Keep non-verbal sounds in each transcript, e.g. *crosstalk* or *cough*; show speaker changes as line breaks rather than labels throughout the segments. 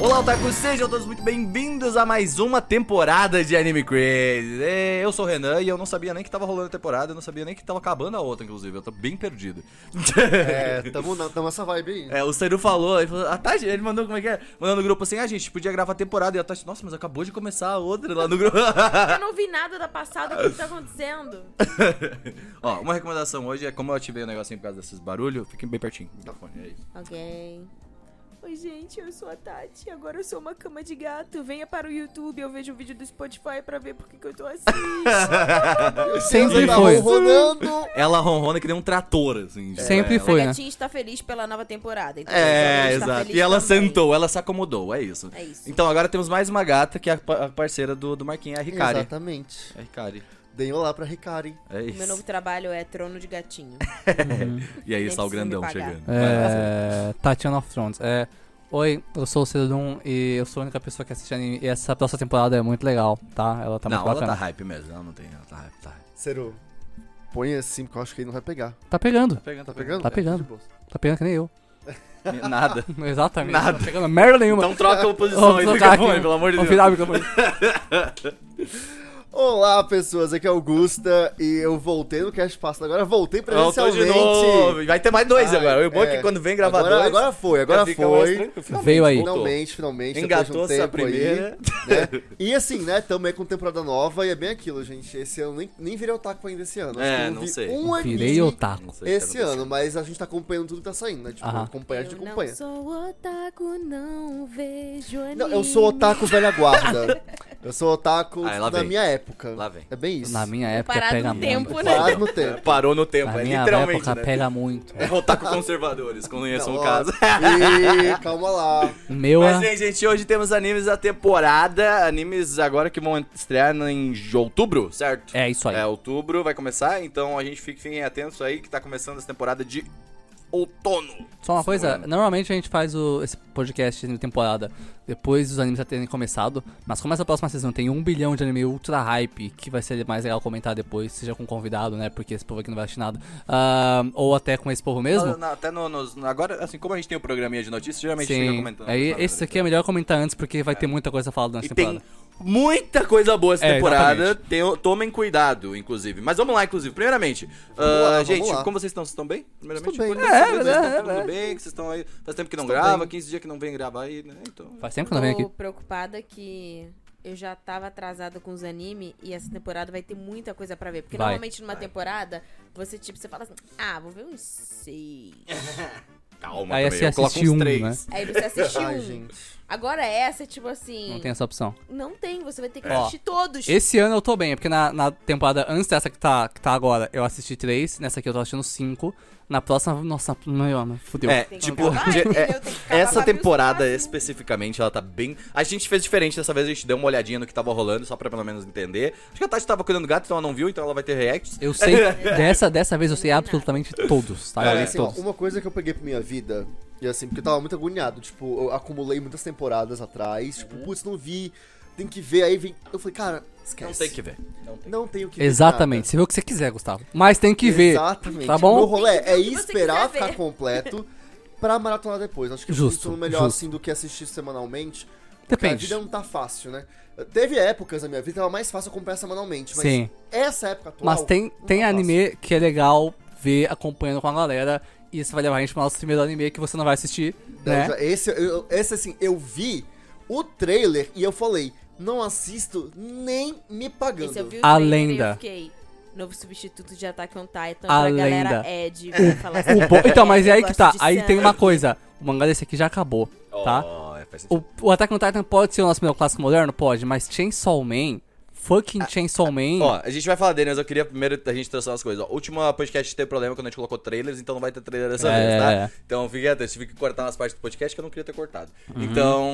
Olá, Otaku, sejam todos muito bem-vindos a mais uma temporada de Anime Crazy. É, Eu sou o Renan e eu não sabia nem que tava rolando a temporada, eu não sabia nem que tava acabando a outra, inclusive. Eu tô bem perdido. *laughs*
É, tamo na, tamo nessa vibe aí.
É, o Seru falou, ele falou, a Tati, ele mandou como é que é? Mandou no grupo assim, ah, gente, podia gravar a temporada. E a Tati, nossa, mas acabou de começar a outra lá no grupo. *laughs*
Eu não vi nada da passada, o que que tá acontecendo?
Ó, uma recomendação hoje é como eu ativei o negocinho por causa desses barulhos, fiquem bem pertinho do microfone, é isso.
Alguém. Oi, gente, eu sou a Tati, agora eu sou uma cama de gato. Venha para o YouTube, eu vejo o vídeo do Spotify pra ver por que que eu tô assim.
Sempre
Tá
foi.
rodando.
Ela ronrona que nem um trator, assim. de-
Sempre
a
foi, né?
gatinha está feliz pela nova temporada. Então
É,
eu vou estar
exato.
Tá
feliz
E ela
também.
sentou, ela se acomodou, é isso.
É isso.
Então agora temos mais uma gata que é a pa- a parceira do, do Marquinhos, é a Ricari.
Exatamente.
É Ricari.
Dei um olá pra Ricari.
É
O meu
isso.
novo trabalho é Trono de Gatinho.
E aí,
Nem precisa
só o
me
grandão
pagar.
chegando.
É, Tatiana of Thrones. É, Oi, eu sou o Cedum e eu sou a única pessoa que assiste anime. E essa próxima temporada é muito legal, tá? Ela tá
não,
muito
ela tá
bacana.
hype mesmo. Ela não tem, ela tá hype, tá hype.
Seru, põe assim, porque eu acho que ele não vai pegar.
Tá pegando,
pegando,
Tá pegando?
Tá pegando.
de boa.
tá pegando que nem eu.
*laughs*
*laughs*
Nada.
Exatamente.
Nada.
Tá pegando merda nenhuma.
Então troca a
Vou
posição aí do
trocar aqui,
microfone,
né?
pelo amor de
Vou
Deus.
virar o microfone.
Olá, pessoas. Aqui é Augusta e eu voltei no cast passado. Agora voltei
Voltou
presencialmente.
de novo. Vai ter mais dois
Ai,
agora. O bom é que
é.
quando vem gravar
agora,
dois,
agora foi, agora
já fica mais
foi.
tranquilo. Finalmente,
Veio aí.
voltou.
Finalmente, finalmente.
Engatou
depois de um
essa
tempo aí,
primeira.
né? E assim, né? Tamo aí com temporada nova e é bem aquilo, gente. Esse ano nem, nem virei otaku ainda esse ano. Acho
É,
que eu
não
vi
sei.
Um anime
Virei otaku.
Não sei o que
esse
aconteceu.
ano, mas a gente tá acompanhando tudo que tá saindo, né? Tipo,
Aham.
acompanha, a gente
eu não
acompanha.
sou otaku, não vejo anime.
Não, eu
*laughs*
sou otaku velha guarda. Eu sou otaku
Ah, lá
da
vem.
minha época.
Lá vem.
É bem isso.
Na minha época
Parado
pega
no
muito.
tempo, né?
Parado no
*laughs*
tempo.
Parou no tempo,
Na
é
minha
literalmente.
época
Né? *laughs*
pega muito.
É otaku conservadores, quando conheçam
Não,
o
ó,
caso.
Ih, calma lá.
Meu
Mas,
é.
bem, gente, hoje temos animes da temporada. Animes agora que vão estrear em outubro, certo?
É isso aí.
É, outubro vai começar, então a gente fique- fiquem atentos aí que tá começando essa temporada de outono.
Só uma coisa,
Semana.
normalmente a gente faz o, esse podcast de temporada depois dos animes já terem começado, mas como essa próxima sessão tem um bilhão de anime ultra hype, que vai ser mais legal comentar depois, seja com convidado, né, porque esse povo aqui não vai assistir nada, ah, ou até com esse povo mesmo.
Na- Até no, nos- agora, assim, como a gente tem o programinha de notícias, geralmente a gente fica
Sim,
comentando.
aí
Fala,
esse aqui é melhor comentar antes, porque vai ter muita coisa falada nessa
E
temporada.
tem muita coisa boa essa
É,
temporada.
exatamente.
Tem- tomem cuidado, inclusive. Mas vamos lá, inclusive. Primeiramente, ah,
lá, vamos
gente,
lá.
como vocês estão? Vocês estão bem? Primeiramente,
Estou bem.
eu queria
É,
saber se vocês
é,
estão todo
é,
mundo
é.
bem, que vocês estão aí. Faz tempo que não
Estou
grava,
bem.
15 dias que não vem gravar aí, né? Então.
Faz tempo que eu não venho
Tô
aqui.
preocupada que eu já tava atrasada com os anime e essa temporada vai ter muita coisa pra ver. Porque
Vai.
normalmente numa temporada, você tipo, você fala assim, ah, vou ver uns
*laughs*
seis.
Calma,
Aí
também,
você
eu coloco
assiste
uns
um,
três.
né?
Aí você assiste
Ai,
um.
gente.
Agora essa é tipo assim.
Não tem essa opção.
não tem, você vai ter que
Ó,
assistir todos.
Esse ano eu tô bem, é porque na, na temporada antes dessa que tá, que tá agora, eu assisti três, nessa aqui eu tô assistindo cinco, na próxima, nossa, não, não, fudeu.
É,
Tem que
tipo,
acabar,
de-
entendeu?
*laughs* é,
Tem que acabar
essa
pra ver os
temporada
próximos.
especificamente, ela tá bem. A gente fez diferente dessa vez, a gente deu uma olhadinha no que tava rolando, só pra pelo menos entender. Acho que a Tati tava cuidando do gato, então ela não viu, então ela vai ter reacts.
Eu sei, dessa, dessa vez eu sei absolutamente todos, tá?
Cara,
Eu li
assim, ó,
todos.
uma coisa que eu peguei pra minha vida, e assim, porque eu tava muito agoniado. Tipo, eu acumulei muitas temporadas
Uhum.
atrás. Tipo, putz, não vi. Tem que ver. Aí vem. Eu falei, cara, esquece.
Não sei o que ver.
Não tenho que ver.
Exatamente, você vê o que você quiser, Gustavo. Mas tem que ver.
Exatamente.
Tá bom?
Meu
Tem
rolê
que ver
é
o que você
esperar
quiser
ficar
ver.
completo pra maratonar depois. Acho que
Justo,
funciona melhor
justo.
assim do que assistir semanalmente. porque
Depende.
A vida não tá fácil, né? Teve épocas na minha vida que tava mais fácil acompanhar semanalmente, mas
Sim.
essa época atual.
Mas tem,
não
tem
tá
anime que é legal ver acompanhando com a galera. E isso vai levar a gente pro nosso primeiro anime que você não vai assistir,
fácil.
né?
Não, já- Esse, eu- esse, assim, eu vi o trailer e eu falei, não assisto nem me pagando.
Esse eu vi o
A
trailer e
lenda.
Eu fiquei. Novo substituto de Attack on Titan
A
pra galera
lenda. *laughs*
Ed. vai falar assim,
O bo-
*laughs*
Então, mas é aí que
"Eu
tá.
gosto de
Aí tem
sangue".
uma *laughs* coisa. O mangá desse aqui já acabou, tá?
Ó, é, faz sentido.
O, o Attack on Titan pode ser o nosso melhor clássico moderno? Pode, mas Chainsaw Man,
Ah,
fucking Chainsaw Man,
Ó, a gente vai falar dele, mas eu queria primeiro a gente transar as coisas. Ó, última podcast teve problema quando a gente colocou trailers, então não vai ter trailer dessa
É.
vez, tá? Então fique atento, tive que cortar umas partes do podcast que eu não queria ter cortado.
Uhum.
Então,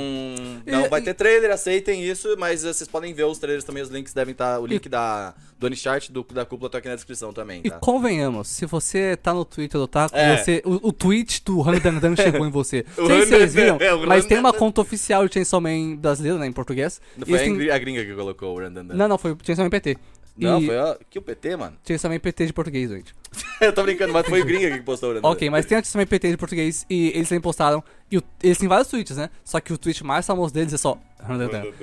não
E-
vai ter trailer, aceitem isso, mas eh, vocês podem ver os trailers também, os links devem estar, o link da, do Anichart, do, da cúpula, tá aqui na descrição também,
E
tá?
convenhamos, se você tá no Twitter do Otaku,
É.
você, o, o tweet do Han Dan
*laughs*
Dan chegou em você.
O
Não sei se
Han
vocês
Dan Dan,
viram,
é, o
mas
Han
tem
Dan
uma
Dan.
conta oficial de Chainsaw Man brasileira, né, em português.
Não
E
foi
eles
a
têm-
gri- a gringa que colocou o Randandan.
Não, não, foi o Chainsaw Man PT.
Não,
E-
foi ó, que o PT, mano. *laughs*
Tinha também PT de português, gente.
Eu tô brincando, mas foi o gringa que postou. né?
Ok, mas tem a também PT de português e eles também postaram. E o- eles têm vários tweets, né? Só que o tweet mais famoso deles é só.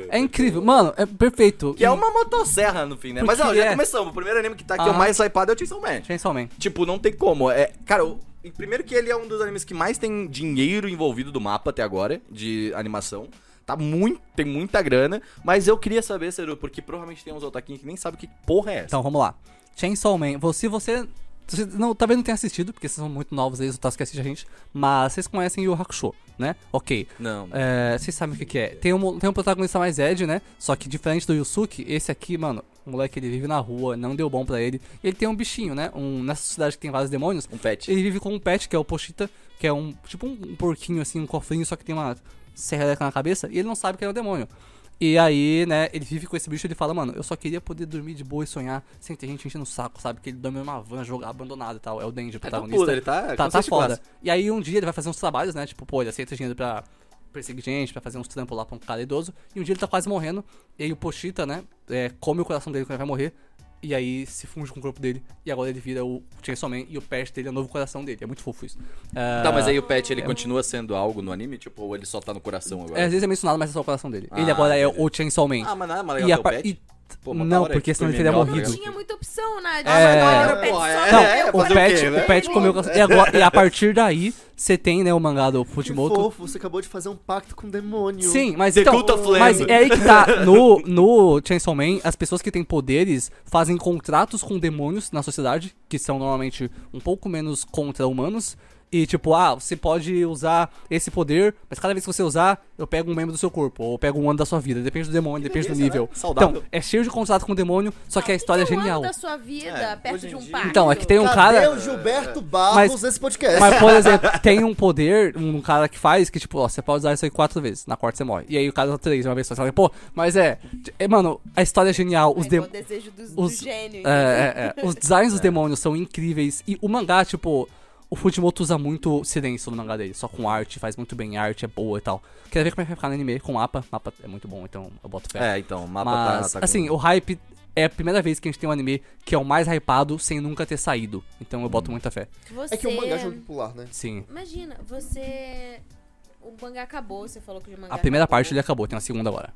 É incrível, mano, é perfeito.
Que é
E-
uma motosserra no fim, né?
Porque
Mas ó, já
é. Ah.
começamos. O primeiro anime que tá aqui é o
Aham.
mais hypado é o Chainsaw Man.
Chainsaw Man.
Tipo, não tem como. É, cara, o- e primeiro que ele é um dos animes que mais tem dinheiro envolvido do mapa até agora, de animação. Tá muito, tem muita grana, mas eu queria saber, Seru, porque provavelmente tem uns otaquinhos que nem sabem que porra é essa.
Então vamos lá. Chainsaw Man, você, você. você não, talvez não tenha assistido, porque vocês são muito novos aí, os otakus que assistem a gente. Mas vocês conhecem o Hakusho, né? Ok.
Não.
É, vocês sabem o que, que é. Tem um, tem um protagonista mais Ed, né? Só que diferente do Yusuke, esse aqui, mano, o moleque ele vive na rua, não deu bom pra ele. E ele tem um bichinho, né? Um, nessa sociedade que tem vários demônios,
Um pet.
ele vive com um pet, que é o Pochita, que é um tipo um, um porquinho, assim, um cofrinho, só que tem uma serreca na cabeça, e ele não sabe que ele é um demônio. E aí, né, ele vive com esse bicho e ele fala, mano, eu só queria poder dormir de boa e sonhar sem ter gente enchendo o saco, sabe? Que ele dorme numa van, jogar abandonado e tal. É o Denji, o
tá
protagonista.
puto, ele tá.
tá,
com
tá
sede de
foda.
classe.
E aí um dia ele vai fazer uns trabalhos, né? Tipo, pô, ele aceita dinheiro pra perseguir gente, pra fazer uns trampos lá pra um cara idoso. E um dia ele tá quase morrendo. E aí o Pochita, né? é, come o coração dele quando ele vai morrer. E aí se funde com o corpo dele. E agora ele vira o Chainsaw Man e o pet dele é o novo coração dele. É muito fofo isso. Ah,
Tá, mas aí o pet ele continua sendo algo no anime, tipo, ou ele só tá no coração agora?
é, às vezes é mencionado, mas é só o coração dele. ele
Ah,
agora é
beleza.
o Chainsaw Man.
Ah, mas nada, mas
e
legal ter
a
o
par-
pet.
e-
Pô, mas da
não,
hora,
porque
tipo,
senão ele
emendar
teria
o
morrido.
negócio.
Não tinha muita opção, Nadia.
É.
Agora o
É,
pet
pô,
só
é,
Não,
é,
o
fazer o
pet,
quê, né?
o pet comeu o coração. E, agora- e a partir daí, você tem, né, o mangá do
Que
Fujimoto.
fofo, você acabou de fazer um pacto com o demônio.
Sim, mas
The
então,
Cult of Lamb.
mas é aí que
*laughs*
tá. No, no Chainsaw Man, as pessoas que têm poderes fazem contratos com demônios na sociedade, que são normalmente um pouco menos contra humanos. E tipo, ah, você pode usar esse poder, mas cada vez que você usar, eu pego um membro do seu corpo, ou eu pego um ano da sua vida. Depende do demônio, depende do
delícia,
nível.
né? Saudável. Ah, então,
Então, é cheio de contrato com o demônio, só que a história é
que que é o
genial.
ano da sua vida
É,
perto
hoje em
de um
dia-
pacto?
Então, é que tem um
Cadê
cara. É.
o Gilberto Barros
Mas-
nesse podcast?
Mas, por exemplo, tem um poder, um cara que faz, que tipo, ó, você pode usar isso aí quatro vezes, na quarta você morre. E aí o cara usa três, de uma vez só, você fala, pô, mas é, é, mano, a história é genial, os
Ai, qual
dem-
Né, o desejo dos- do
os-
gênio. né?
é, é, é. Os designs dos demônios são incríveis. E o mangá, tipo, o Fujimoto usa muito silêncio no mangá dele, só com arte, faz muito bem, a arte é boa e tal. Quero ver como é que vai ficar no anime, com mapa, mapa é muito bom, então eu boto fé.
É, então, o mapa tá-
Mas,
tá. com-
assim, o hype é a primeira vez que a gente tem um anime que é o mais hypado sem nunca ter saído. Então eu
Hum.
boto muita fé.
Você...
É que o mangá é jogo popular, né?
Sim.
Imagina, você... O mangá acabou, você falou que o mangá
A primeira
acabou.
parte ele acabou, tem a segunda agora.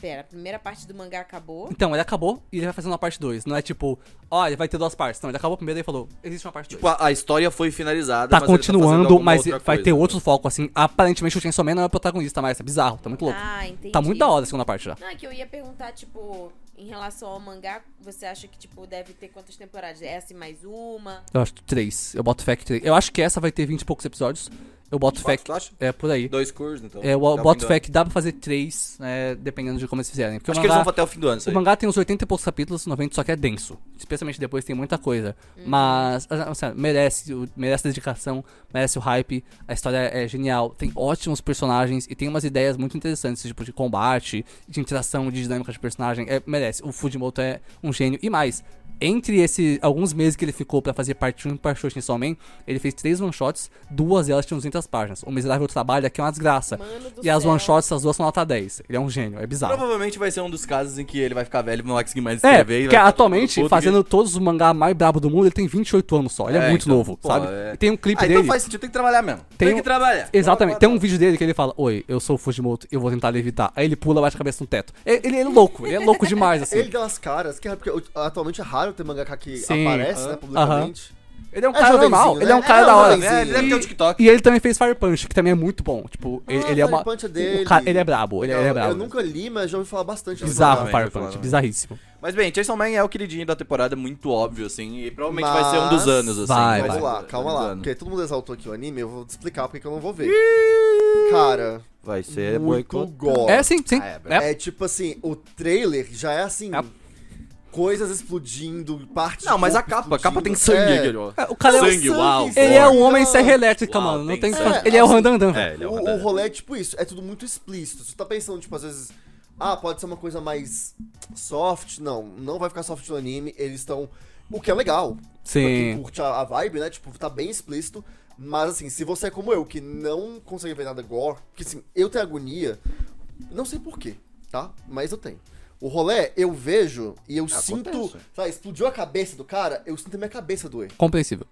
Pera, a primeira parte do mangá acabou.
Então, ele acabou e ele vai fazendo a parte 2. Não é tipo, ó, ele vai ter duas partes. Não, ele acabou primeiro e falou, existe uma parte 2.
Tipo, a, a história foi finalizada.
tá
mas ele fazendo
continuando,
alguma
mas
outra
vai ter
coisa.
outro foco, assim. Aparentemente o Chainsaw Man não é o protagonista mais, é bizarro, tá muito louco.
Ah, entendi.
tá muito da hora a segunda parte já.
Não, é que eu ia perguntar, tipo, em relação ao mangá, você acha que, tipo, deve ter quantas temporadas? Essa e mais uma?
Eu acho três. Eu boto fé que três. Eu acho que essa vai ter 20 e poucos episódios. Eu boto fé
Quatro,
que.
tu acha?
É, por aí.
Dois cursos, então.
É, eu
Até o
boto
fim do
fé
ano.
que dá pra fazer três, né, dependendo de como eles fizerem. Porque
Acho
o
que eles
mangá,
vão até o fim do ano, isso
o
aí.
mangá tem uns 80 e poucos capítulos, 90, só que é denso. Especialmente depois tem muita coisa.
Uhum.
Mas, ah, assim, merece, o- merece a dedicação, merece o hype. A história é genial, tem ótimos personagens e tem umas ideias muito interessantes, tipo de combate, de interação, de dinâmica de personagem. É, merece. O Fujimoto é um gênio. E mais, entre esse alguns meses que ele ficou pra fazer parte 1 e parte 2 em Soul Man, ele fez três one-shots, duas delas tinham 200 páginas. O Miserável Trabalho que é uma desgraça.
Mano do
e as
céu.
one-shots, essas duas são nota 10. Ele é um gênio, é bizarro.
Provavelmente vai ser um dos casos em que ele vai ficar velho e não vai conseguir mais
É,
escrever. e
porque
vai ficar
atualmente,
puto
fazendo todos os mangá mais brabo do mundo, ele tem 28 anos só. Ele é,
É,
muito
então,
novo,
pô,
sabe?
é.
E tem um
que-
clipe
Ah,
dele.
então faz sentido, tem que trabalhar mesmo. Tem,
Tem um-
que trabalhar.
Exatamente, tem um vídeo dele que ele fala: Oi, eu sou o Fujimoto, eu vou tentar levitar. Aí ele pula, bate a cabeça no teto. Ele, ele é louco, ele é louco demais, assim.
Ele dá umas caras, que é porque eu- atualmente é raro ter mangaka que
Sim.
aparece, né,
Aham.
publicamente.
Ele é um
É
cara
jovenzinho,
normal,
né?
ele é um
É,
cara
é
da hora.
jovenzinho.
É, ele deve ter um TikTok.
E ele também fez Fire Punch, que também é muito bom. Tipo, ele,
Ah,
ele é
Fire
uma.
Punch é
o
dele.
ca- ele é brabo, ele,
Eu,
ele é
eu
brabo.
nunca li, mas já ouvi falar bastante. desse
Bizarro
Exatamente,
mangá.
Fire
eu
Punch,
falava.
bizarríssimo.
Mas bem, Chainsaw Man é o queridinho da temporada, muito óbvio, assim. E provavelmente vai ser um dos
Mas-
anos, assim.
Vai,
Vamos
vai.
lá, calma lá. Porque todo mundo exaltou aqui o anime, eu vou te explicar porque que eu não vou ver. Cara,
Vai ser
muito
boicot.
gore.
É, sim, sim.
Ah, é,
é.
É tipo assim, o trailer já é assim.
É.
Coisas explodindo, parte.
Não,
do
mas a
corpo
capa, a capa tem
explodindo.
sangue
É.
aqui, ó.
É, O cara é um.
Sangue, uau.
sangue,
Ele é um
Uau,
homem
tem
serra elétrica, mano. Não
sangue.
tem.
É,
Ele é o
assim,
Randan Dan.
É, ele é
O,
um
o
fantasma.
rolê é tipo isso, é tudo muito explícito. Você tá pensando, tipo, às vezes, ah, pode ser uma coisa mais soft. Não, não vai ficar soft no anime. Eles estão. O que é legal. Pra quem
Sim.
curte a, a vibe, né? Tipo, tá bem explícito. Mas assim, se você é como eu, que não consegue ver nada gore, porque assim, eu tenho agonia, não sei porquê, tá? Mas eu tenho. O rolê, eu vejo e eu sinto.
Acontece.
Sabe, explodiu a cabeça do cara, eu sinto a minha cabeça doer.
Compreensível.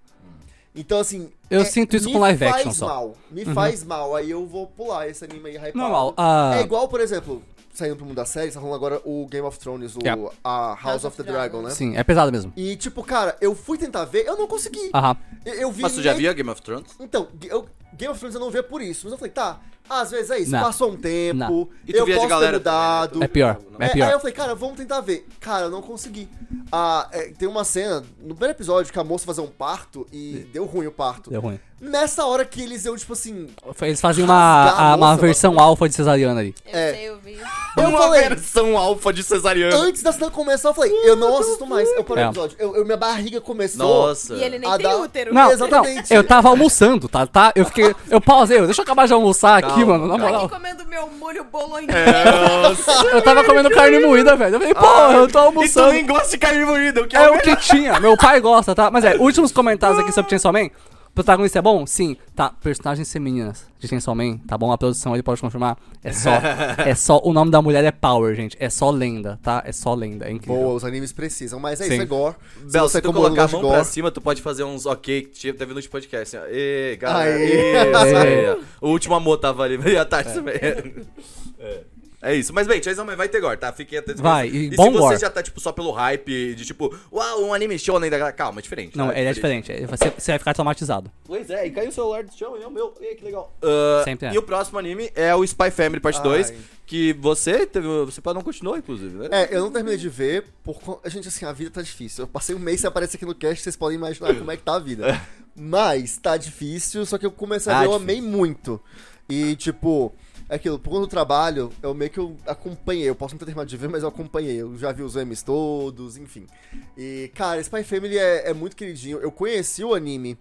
Então, assim.
Eu sinto isso
me
com live
faz
action só. Uhum.
Mal, me faz mal, aí eu vou pular esse anime aí hypado.
Normal, ah.
É igual, por exemplo, saindo pro mundo da série, tá rolando agora o Game of Thrones, o
Yeah.
a House, of the Dragon, né?
Sim, é pesado mesmo.
E, tipo, cara, eu fui tentar ver, eu não consegui.
Aham.
Eu, eu vi.
Mas tu já
nem-
via Game of Thrones?
Então, eu- Game of Thrones eu não via por isso, mas eu falei, tá, às vezes é isso,
Não.
passou um tempo,
Não.
E tu
eu
via de
posso ter
galera
mudado.
também, né?
É pior. É
É,
pior.
Aí eu falei, cara, vamos tentar ver. Cara, eu não consegui. Ah, é, tem uma cena, no primeiro episódio, que a moça fazer um parto e deu ruim o parto.
Deu ruim.
Nessa hora que eles iam, tipo assim.
Eles fazem
Rasgar a
uma, a- uma
moça, né?
versão alfa de cesariana ali.
Eu
É.
sei, eu
*laughs*
vi.
Eu falei,
versão alfa de cesariano.
antes da cena começar, eu falei, eu não assisto mais. É o primeiro
É.
episódio. Eu, eu- minha barriga começou.
Nossa.
E ele nem
A
tem
da-
útero.
Não,
Exatamente.
não, eu tava almoçando, tá? tá? Eu fiquei. Eu pausei, eu, deixa eu acabar de almoçar aqui,
Calma,
mano. Na
Tô aqui
moral.
comendo meu molho
É.
bolonhês.
É,
Eu tava comendo carne moída, velho. Eu falei, pô,
Ah,
eu tô almoçando.
gosta de carne moída, o que
É o
né?
que tinha. Meu pai gosta, tá? Mas é, últimos comentários aqui sobre Chainsaw Man. Protagonista é bom? Sim. Tá, personagens femininas de Chainsaw Man, tá bom? A produção ele pode confirmar. É só, é só, o nome da mulher é Power, gente. É só lenda, tá? É só lenda, é incrível.
Boa, os animes precisam, mas é
Sim.
isso, é gore. Se
Bel,
você
se tu
acumula
colocar a mão
no gore-
pra cima, tu pode fazer uns ok que tinha- teve nos podcasts. Assim, ó. Ê, galera.
Aê.
isso
Aê.
aí, ó. O último amor tava ali, *laughs* meio à tarde também. É. É isso, mas bem, Chainsaw Man vai ter gore, tá? Fiquem atentos.
Vai, e
e,
bom
se você
gore.
já tá, tipo, só pelo hype de, tipo, uau, um anime show ainda, galera, calma, é diferente.
Não,
tá?
ele é diferente. ele- Você, você vai ficar traumatizado.
Pois é, e caiu o celular do chão, e é o meu, e aí, que legal.
Sempre é.
Ah, E o próximo anime é o Spy Family Parte
Ai.
2, que você, teve, você não continuou, inclusive, né?
É, eu não terminei de ver, por con- Gente, assim, a vida tá difícil. Eu passei um mês sem aparecer aqui no cast, vocês podem imaginar como *laughs* é Tá que tá a vida. Mas tá difícil, só que eu comecei a
Ah,
ver, eu
difícil.
amei muito. E, tipo, é aquilo, por conta do trabalho, eu meio que eu acompanhei. Eu posso não ter terminado de ver, mas eu acompanhei. Eu já vi os memes todos, enfim. E, cara, Spy Family é, é muito queridinho. Eu conheci o anime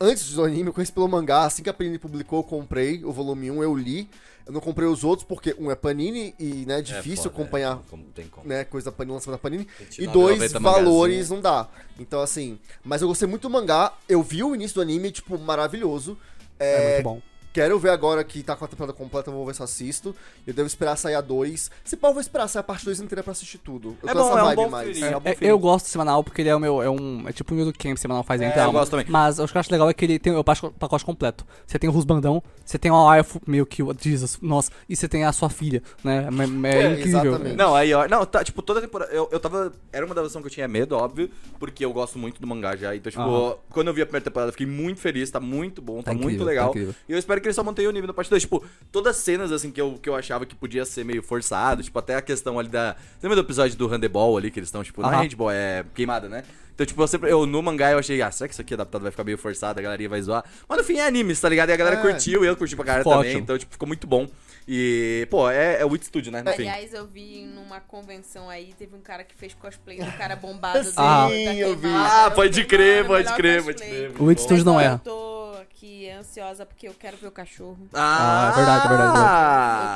antes do anime, eu conheci pelo mangá. Assim que a Panini publicou, eu comprei o volume 1, eu li. Eu não comprei os outros porque, um, é Panini e, né, é difícil
foda,
acompanhar
é, como- tem como.
né, coisa da Panini, lançamento da Panini. E
29,90
dois, valores
mangazinho.
não dá. Então, assim, mas eu gostei muito do mangá. Eu vi o início do anime, tipo, maravilhoso.
É,
É,
muito bom.
quero ver agora que tá com a temporada completa, eu vou ver se eu assisto. Eu devo esperar sair a 2. Se pau, eu vou esperar sair a parte 2 inteira pra assistir tudo. Eu
É
tô
bom,
nessa
é um
vibe
bom
mais.
feeling. É um bom
É,
feeling.
eu gosto do semanal porque ele é o meu. É, um, é tipo um camp semanal faz
É,
entre
eu
alma.
gosto também.
Mas o que eu acho legal é que ele tem o pac- pacote completo. Você tem o Rusbandão, você tem o Alfo, meio que o Jesus, nossa, e você tem a sua filha, né? É, é
É,
incrível.
exatamente.
Não, aí, ó. Não, tá, tipo, toda temporada. Eu, eu tava. Era uma da versão que eu tinha medo, óbvio, porque eu gosto muito do mangá já. Então, tipo,
Aham.
quando eu vi a primeira temporada, eu fiquei muito feliz, tá muito bom, tá,
Tá incrível,
muito
tá
legal.
incrível.
e eu espero que ele só mantenha o nível na parte 2. Tipo, todas as cenas, assim, que eu, que eu achava que podia ser meio forçado, tipo, até a questão ali da. Você lembra do episódio do handebol ali, que eles estão, tipo, não é
Aham.
handball, é queimada, né? Então, tipo, eu, sempre, eu no mangá eu achei, ah, será que isso aqui adaptado vai ficar meio forçado, a galera vai zoar. Mas no fim é anime, tá ligado? E a galera
É.
curtiu, eu curti pra caralho
Ficou
também.
ótimo.
Então, tipo, ficou muito bom. E, pô, é, é o It Studio, né? No fim.
Aliás, eu vi numa convenção aí, teve um cara que fez cosplay do cara bombado
*laughs*
tá do-
Ah.
da
Sim, eu vi.
queimada.
Ah, pode
Eu
crer,
falei, mano,
pode
melhor
crer,
cosplay.
pode crer.
O It Studio não
Mas
é. erra.
Eu tô aqui ansiosa porque eu quero ver o cachorro.
Ah, é verdade, é verdade,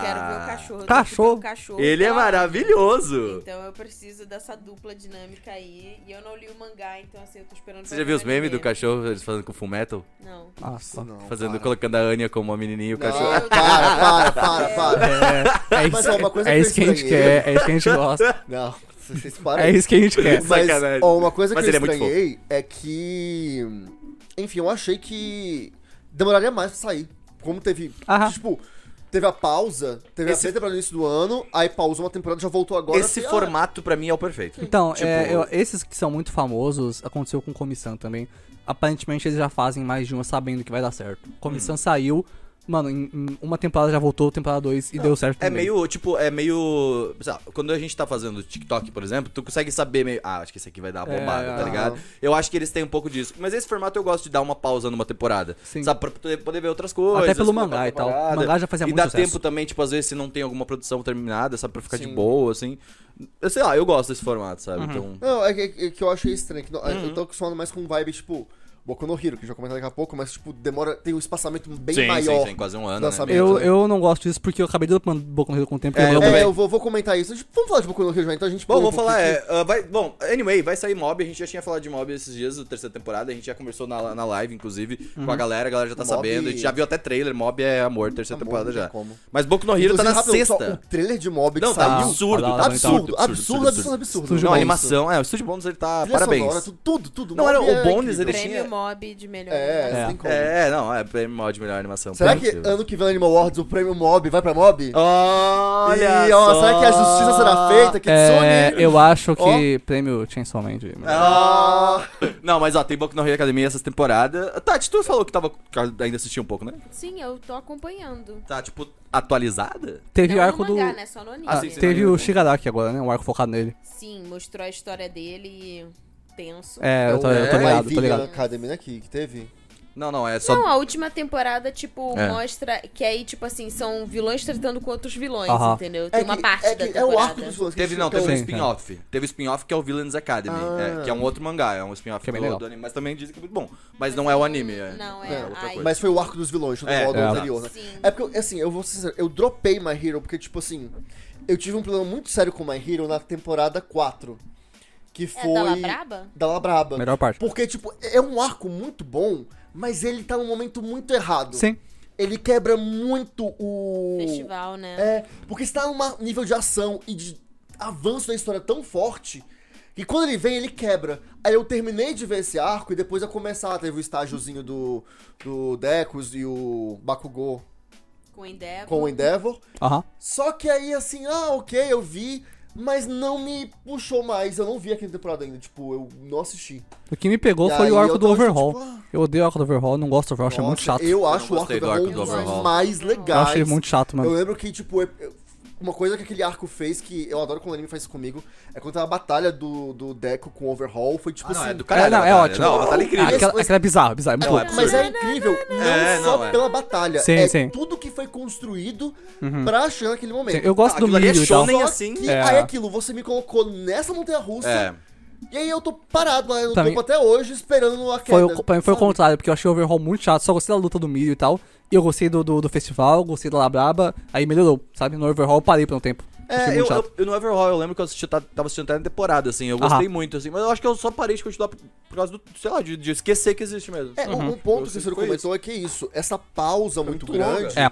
é
Eu quero ver o cachorro. eu tô
Cachorro.
aqui pelo cachorro
Ah. Ele é
pela-
maravilhoso.
Então eu preciso dessa dupla dinâmica aí. E eu não li o mangá, então assim, eu tô esperando.
Você
pra
já viu
ver
os memes do
anime.
cachorro eles fazendo com o Fullmetal?
Não.
Nossa.
Não,
Fazendo,
para.
colocando a Anya como uma menininha e o
Não,
cachorro.
para, para,
*laughs*
para, para.
É, é
Mas
isso,
é uma coisa
é
que eu
isso que a gente
estranhei.
quer, é isso que a gente gosta.
Não, vocês param.
É isso que a gente quer.
Mas-
Mas,
Sacanagem.
ó, uma coisa que
Mas
eu
ele é muito
estranhei é, que. Enfim, eu achei que demoraria mais pra sair. Como teve.
Aham.
Tipo, teve a pausa, teve
Esse-
a temporada no início do ano, aí pausou uma temporada já voltou agora.
Esse
eu falei, ah,
formato pra mim é o perfeito.
Então,
Tipo-
é, eu- esses que são muito famosos, aconteceu com Comissão também. Aparentemente eles já fazem mais de uma sabendo que vai dar certo. Comissão
Uhum.
saiu, mano, em, em uma temporada já voltou, temporada 2 e deu certo
É
também.
meio, tipo, é meio. sei lá, quando a gente tá fazendo TikTok, por exemplo, tu consegue saber meio. Ah, acho que esse aqui vai dar uma
É,
bombada, tá
aham.
ligado? Eu acho que eles têm um pouco disso. Mas esse formato eu gosto de dar uma pausa numa temporada.
Sim.
Sabe, pra poder poder ver outras coisas.
Até pelo
colocar
mangá
uma
e tal.
parada.
O mangá já fazia
E
muito
dá
sucesso.
tempo também, tipo, às vezes se não tem alguma produção terminada, sabe, pra ficar de
Sim.
boa, assim. Eu sei lá,
ah,
eu gosto desse formato, sabe? Então.
é,
Uhum.
Não, é que, é que eu achei estranho. Que não- Eu tô acostumado mais com vibe, tipo. Boku no Hero, que a gente vai comentar daqui a pouco, mas, tipo, demora. Tem um espaçamento bem
sim,
maior.
sim, sim, quase um ano,
lançamento.
né?
Eu,
né?
eu não gosto disso porque eu acabei de dropando Boku no Hero com o tempo que
É,
demorou
eu
pra-
É,
também.
eu vou, vou comentar isso. A gente- Vamos falar de Boku no Hero já, então a gente
Bom,
pula
vou
um
falar,
pouquinho.
é, ah, vai, bom, anyway, vai sair Mob, a gente já tinha falado de Mob esses dias, da terceira temporada, a gente já conversou na, na live, inclusive, com a galera, a galera já tá
Uhum. Mob-
sabendo, a gente já viu até trailer, Mob é amor, terceira
Amor,
temporada
Tá não tem
já.
como.
Mas Boku no Hero tá na
Inclusive,
sexta.
rapidão, só O trailer de Mob que
Não, tá
saiu.
absurdo,
Ah,
tá
absurdo,
absurdo,
absurdo, absurdo, absurdo.
Estúdio
Não, a
Bones.
animação, é, o Estúdio Bônus ele tá,
Trilha
parabéns.
sonora, tu- tudo, tudo.
Não,
Mob
era o
é
Bônus,
incrível.
ele-
Prêmio
tinha-
Mob de melhor.
É,
É.
sem como.
É, não, é prêmio Mob de melhor animação.
Será
Pô,
que
possível.
ano que vem no Animal Awards o prêmio Mob vai pra Mob?
Ah! Olha
e, ó,
só.
será que a justiça será feita,
É,
Kitsune?
eu acho que prêmio Chainsaw Man de...
Ah. Não, mas ó, tem Boku no Hero Academia essa temporada. Tati, tu falou que tava ainda assistia um pouco, né?
Sim, eu tô acompanhando.
Tá, tipo, atualizada?
Teve o
não
arco
no mangá,
do...
né? Só no anime.
Ah,
Ah,
sim, sim.
teve
no
o
anime.
Shigaraki agora, né? Um arco focado nele.
Sim, mostrou a história dele tenso.
É, eu tô, eu tô
É,
ligado, tô
Villain
ligado.
Academy, né, que, que teve?
Não, não, é só
Não, a última temporada, tipo,
É.
mostra que aí, tipo assim, são vilões tratando com outros vilões,
Aham.
entendeu? Tem uma
que-
parte
é
da
que
temporada.
É o arco dos vilões. que
Teve,
eles
não, teve um
ficam-
Sim,
spin-off. Teve o spin-off que é o Villains Academy,
Ah.
é, que é um outro mangá, é um spin-off
Que é bem
do,
legal.
do anime, mas também dizem que é muito bom. Mas não é o anime, é.
Não, é,
é outra
ai.
coisa.
Mas foi o arco dos vilões, no
É,
modo
é.
anterior, né?
Sim.
É porque, eu- assim, eu vou ser sincero, eu dropei My Hero, porque, tipo assim, eu tive um problema muito sério com My Hero na temporada 4. Que
É
foi.
da Labraba?
Da Labraba.
Melhor parte.
Porque, tipo, é um arco muito bom, mas ele tá num momento muito errado.
Sim.
Ele quebra muito o.
Festival, né?
É, porque você tá num nível de ação e de avanço da história tão forte que quando ele vem, ele quebra. Aí eu terminei de ver esse arco e depois ia começar. Teve o estágiozinho do, do Decus e o Bakugou
Com Endeavor.
com o Endeavor.
Aham.
Só que aí, assim, ah, ok, eu vi, mas não me puxou mais. Eu não vi aquela temporada ainda, tipo, eu não assisti.
O que me pegou
E
foi o
aí
arco
eu
do
tava,
Overhaul.
tipo, ah.
Eu odeio o arco do Overhaul, não gosto do Overhaul, acho muito
Nossa,
chato.
Eu acho o arco
gostei
do
do arco
Overhaul
do
dos
Overhaul.
mais
Eu
legais.
achei muito chato,
Eu
mano.
lembro que, tipo, eu- eu- uma coisa que aquele arco fez, que eu adoro quando o anime faz isso comigo, é quando a batalha do, do Deco com o Overhaul, foi tipo
Ah, não,
assim.
é do caralho.
É, não, é
batalha.
ótimo.
Não, tá batalha incrível.
Aquela-
Aquilo
mas-
é bizarro, bizarro, é muito
É,
louco.
Mas é incrível, não
É,
só
não, é.
pela batalha,
Sim,
é
sim. Uhum.
tudo que foi construído pra chegar naquele momento.
Sim, eu gosto
Ah,
do
aquilo ali é
milho e tal.
shonen
Só
assim.
que,
É.
Aí é aquilo, você me colocou nessa montanha russa
É.
e aí eu tô parado lá no
Também-
topo até hoje esperando a
Foi,
queda.
o- pra mim foi o
sabe?
contrário, porque eu achei o Overhaul muito chato, só gostei da luta do milho e tal. E eu gostei do, do, do festival, gostei da Labraba, aí melhorou, sabe? No Overhaul eu parei por um tempo. achei
É, eu,
muito chato.
eu, eu no Overhaul eu lembro que eu assisti, tá- tava assistindo até na temporada, assim, eu
Aham.
gostei muito, assim, mas eu acho que eu só parei de continuar por, por causa do, sei lá, de, de esquecer que existe mesmo.
É,
Uhum.
um- um
Eu
ponto que o
sei
senhor
que foi
comentou é que é isso, essa pausa muito,
muito longa.
grande
É,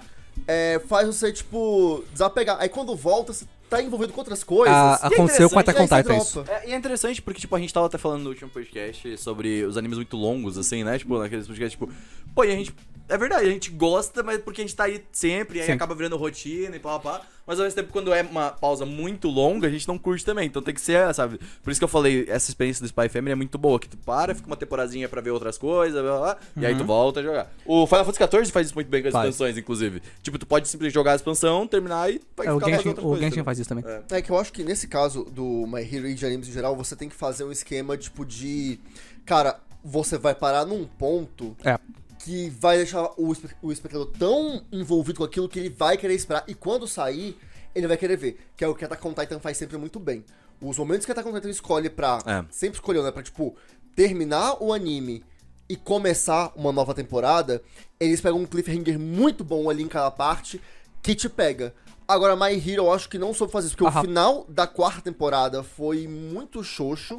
é, faz você, tipo, desapegar. Aí quando volta, você tá envolvido com outras coisas.
Ah, a-
E é
aconteceu com Attack on
aí você
Titan
dropa.
isso.
É, e é interessante porque, tipo, a gente tava até falando no último podcast sobre os animes muito longos, assim, né? Tipo, naqueles podcasts, tipo, pô, e a gente. É verdade, a gente gosta, mas porque a gente tá aí sempre, e aí
Sim.
acaba virando rotina e pá, pá, pá. Mas ao mesmo tempo, quando é uma pausa muito longa, a gente não curte também. Então tem que ser, sabe? Por isso que eu falei, essa experiência do Spy Family é muito boa, que tu para, fica uma temporadinha pra ver outras coisas, blá, blá, blá, e aí tu volta a jogar. O Final Fantasy XIV faz isso muito bem com as
Uhum. Faz.
expansões, inclusive. Tipo, tu pode simplesmente jogar a expansão, terminar e vai
É, o
ficar
Genshin,
outras
o
coisas,
Genshin
entendeu?
faz isso também.
É que eu acho que nesse caso do My Hero e de animes em geral, você tem que fazer um esquema, tipo, de... Cara, você vai parar num ponto
É.
que vai deixar o, espe- o espectador tão envolvido com aquilo que ele vai querer esperar. E quando sair, ele vai querer ver. Que é o que Attack on Titan faz sempre muito bem. Os momentos que Attack on Titan escolhe pra...
É.
Sempre escolheu, né? Pra, tipo, terminar o anime e começar uma nova temporada, eles pegam um cliffhanger muito bom ali em cada parte que te pega. Agora, My Hero eu acho que não soube fazer isso, porque
Aham.
o final da quarta temporada foi muito xoxo.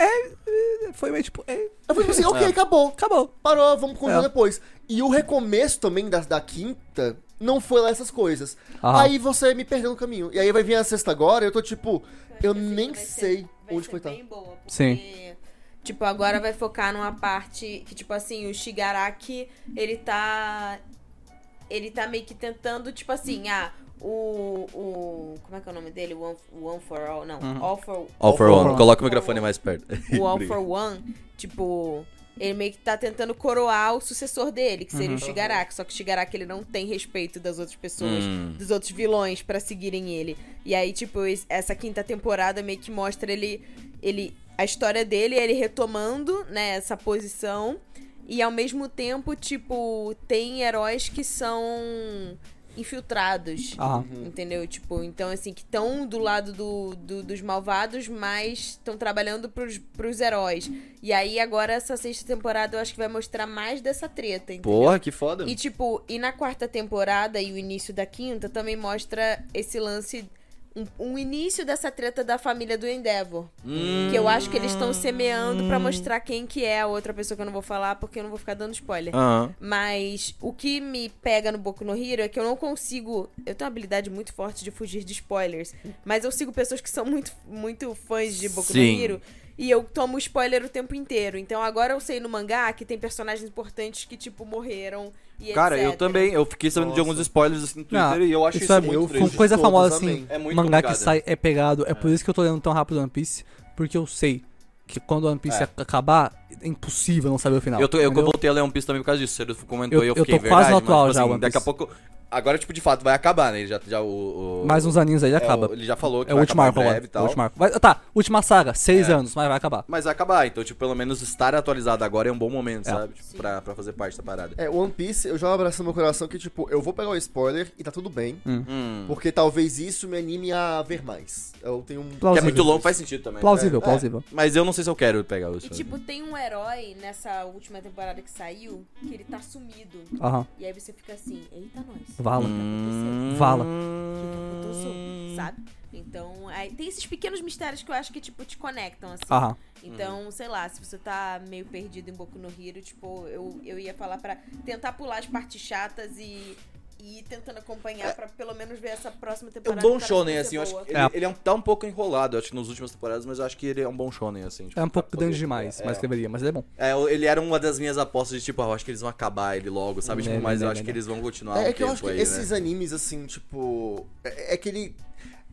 Foi meio tipo, *laughs* é,
Eu falei assim, ok, acabou.
acabou.
Parou, vamos continuar
É.
depois. E o recomeço também da, da quinta não foi lá essas coisas.
Aham.
Aí você me perdeu no caminho. E aí vai vir a sexta agora e eu tô tipo, eu nem sei
vai
onde
ser
foi tá.
bem boa, porque,
Sim.
Tipo, agora vai focar numa parte que, tipo assim, o Shigaraki, ele tá. Ele tá meio que tentando, tipo assim, ah, o. o como é que é o nome dele? O One, o one for All. Não, All for
All for
All for
One,
One.
coloca o microfone mais perto. *laughs*
o All
Obrigado.
for One, tipo, ele meio que tá tentando coroar o sucessor dele, que seria o Shigaraki. Só que o Shigaraki ele não tem respeito das outras pessoas,
Hum.
dos outros vilões pra seguirem ele. E aí, tipo, es- essa quinta temporada meio que mostra ele. ele a história dele, ele retomando, né, essa posição. E ao mesmo tempo, tipo, tem heróis que são infiltrados.
Ah,
Uhum.
Entendeu? Tipo, então, assim, que estão do lado do, do- dos malvados, mas estão trabalhando pros, pros heróis. E aí, agora, essa sexta temporada, eu acho que vai mostrar mais dessa treta, entendeu?
Porra, que foda.
E, tipo, e na quarta temporada e o início da quinta também mostra esse lance. Um, um início dessa treta da família do Endeavor.
Hum.
Que eu acho que eles estão semeando pra mostrar quem que é a outra pessoa que eu não vou falar, porque eu não vou ficar dando spoiler.
Aham.
Mas o que me pega no Boku no Hero é que eu não consigo. Eu tenho uma habilidade muito forte de fugir de spoilers. Mas eu sigo pessoas que são muito, muito fãs de Boku
Sim.
no Hero. E eu tomo spoiler o tempo inteiro. Então agora eu sei no mangá que tem personagens importantes que, tipo, morreram. E
Cara, eu
etc.
também. Eu fiquei sabendo de
Nossa.
alguns spoilers assim no
Ah,
Twitter e eu acho isso,
isso é
muito
eu
triste.
Uma coisa
Todos,
famosa assim,
amém.
É muito
mangá que
complicado.
sai é pegado. É por isso que eu tô lendo tão rápido One Piece, porque eu sei que quando One Piece
É.
ac- acabar, é impossível não saber o final.
Eu, tô, eu
entendeu?
voltei a ler One Piece também por causa disso. Você comentou
Eu-
e eu
eu
fiquei
tô
verdade,
quase no
mas,
atual
tipo
já,
assim,
One
Daqui a
Piece.
pouco. Agora, tipo, de fato, vai acabar, né? Ele já, já o, o-
Mais uns aninhos aí
é,
acaba.
o- Ele já falou que
É o
vai
último
acabar em
arco agora.
breve e
É
tal. É.
o último arco. Vai- tá, última saga, seis anos, mas vai acabar.
Mas vai acabar, então, tipo, pelo menos estar atualizado agora é um bom momento,
É.
sabe? Tipo, pra, pra fazer parte da parada.
É, One Piece, eu já abraço no meu coração que, tipo, eu vou pegar o spoiler e tá tudo bem.
É.
Hum.
Porque talvez isso me anime a ver mais. Eu tenho um.
Que é
Plausível.
muito longo, faz sentido também.
Plausível,
É.
plausível.
Mas eu não sei se eu quero pegar o
E, tipo, tem um herói nessa última temporada que saiu que ele tá sumido.
Aham.
E aí você fica assim: eita, nós.
Vala.
O que
Hum.
aconteceu?
Vala.
que eu sou, sabe? Então, aí, tem esses pequenos mistérios que eu acho que, tipo, te conectam, assim.
Aham.
Então,
Uhum.
sei lá, se você tá meio perdido em Boku no Hero, tipo, eu, eu ia falar pra tentar pular as partes chatas e, e ir tentando acompanhar pra pelo menos ver essa próxima
É um
temporada.
bom
que parece
shonen,
ser
assim, eu acho
boa.
que ele,
É.
ele é um, tá um pouco enrolado, eu acho, que nas últimas temporadas, mas eu acho que ele é um bom shonen, assim. tipo,
É um
pra
pouco
poder-
grande demais,
é.
mas deveria, mas ele é bom.
É, eu- ele era uma das minhas apostas de, tipo, ah, eu acho que eles vão acabar ele logo, sabe?
Né,
tipo, mas
né,
eu
né,
acho
né.
que eles vão continuar
É,
um
é que eu acho
tempo
que
aí,
esses
né?
animes, assim, tipo. É, é que ele.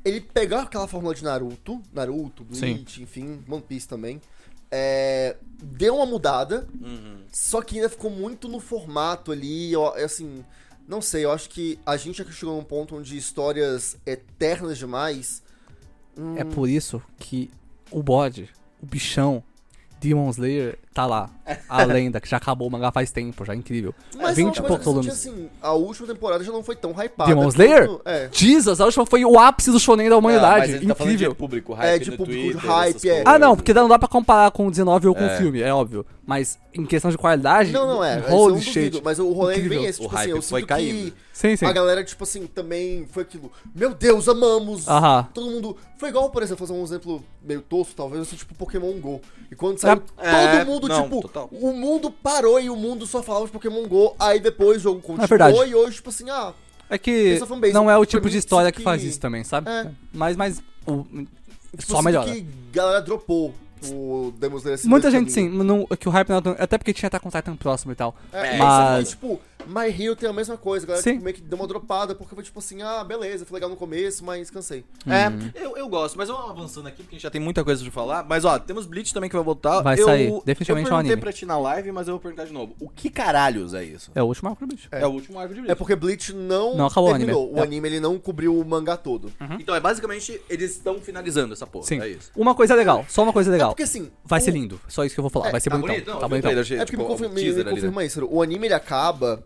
Ele pegou aquela fórmula de Naruto, Naruto, Bleach, enfim, One Piece também. É, deu uma mudada,
Uhum.
só que ainda ficou muito no formato ali, ó, é assim. Não sei, eu acho que a gente aqui chegou num ponto onde histórias eternas demais. Hum.
É por isso que o bode, o bichão, Demon Slayer, tá
*laughs*
lá. A lenda, que já acabou o mangá faz tempo, já é incrível.
Mas
20
é
e
uma coisa
poucos
que eu senti,
volumes.
assim, a última temporada já não foi tão hypada.
Demon Slayer?
quanto- É.
Jesus, a última foi o ápice do shonen da
mas
humanidade.
ele tá falando
incrível.
de público, hype
É, de
no
público,
Twitter,
hype,
essas
é.
coisas.
Ah, não, porque não dá pra comparar com o 19 ou com o
É.
filme, é óbvio. Mas em questão de qualidade. um
Não, não é. isso eu não
Holy
duvido,
shit.
mas o rolê é
Incrível.
bem esse,
O
tipo assim,
hype
eu
foi
sinto
caindo.
que
Sim, sim.
a galera, tipo assim, também foi aquilo, meu Deus, amamos!
Aham.
Todo mundo. Foi igual, por exemplo, fazer um exemplo meio tosco, talvez, assim, tipo Pokémon GO. E quando saiu,
Ah,
É,
todo mundo,
não,
tipo,
total.
o mundo parou e o mundo só falava de Pokémon GO, aí depois o jogo continuou
É verdade.
e hoje, tipo assim, ah,
É que
Esse é fanbase.
não é o
Pra
tipo
mim,
de história
isso
que faz
que-
isso também, sabe?
É.
Mas, mas o-
tipo,
só
sinto
melhora.
que galera dropou o Demon Slayer assim,
Muita
nesse
gente sim,
caminho.
não, é que o hype não, até porque tinha até com o Titan próximo e tal.
É,
É,
mas-
isso foi, tipo, My Hero tem a mesma coisa, a galera
Sim.
tipo, meio que deu uma dropada, porque foi tipo assim, ah, beleza, foi legal no começo, mas cansei.
É, eu, eu gosto, mas vamos avançando aqui, porque a gente já tem muita coisa pra falar. Mas ó, temos Bleach também que vai voltar.
Vai
eu,
sair, definitivamente é
Eu
um
perguntei
anime.
pra ti na live, mas eu vou perguntar de novo. O que caralhos é isso?
É o último arco do bicho.
É, o último arco de Bleach.
É porque Bleach não,
Não acabou o
terminou.
anime. É.
ele não cobriu o mangá todo.
Então é basicamente, eles estão finalizando essa porra,
Hum? Sim.
é isso.
Uma coisa legal, só uma coisa
É
legal.
porque assim.
Vai
o-
ser lindo, só isso que eu vou falar.
É,
Vai ser
Tá
bonitão.
bonito, não?
tá
eu vi o
bonitão.
trailer, achei,
É porque me
tipo,
confirma,
um
me
teaser ali, né?
confirma isso. Ciro. O anime ele acaba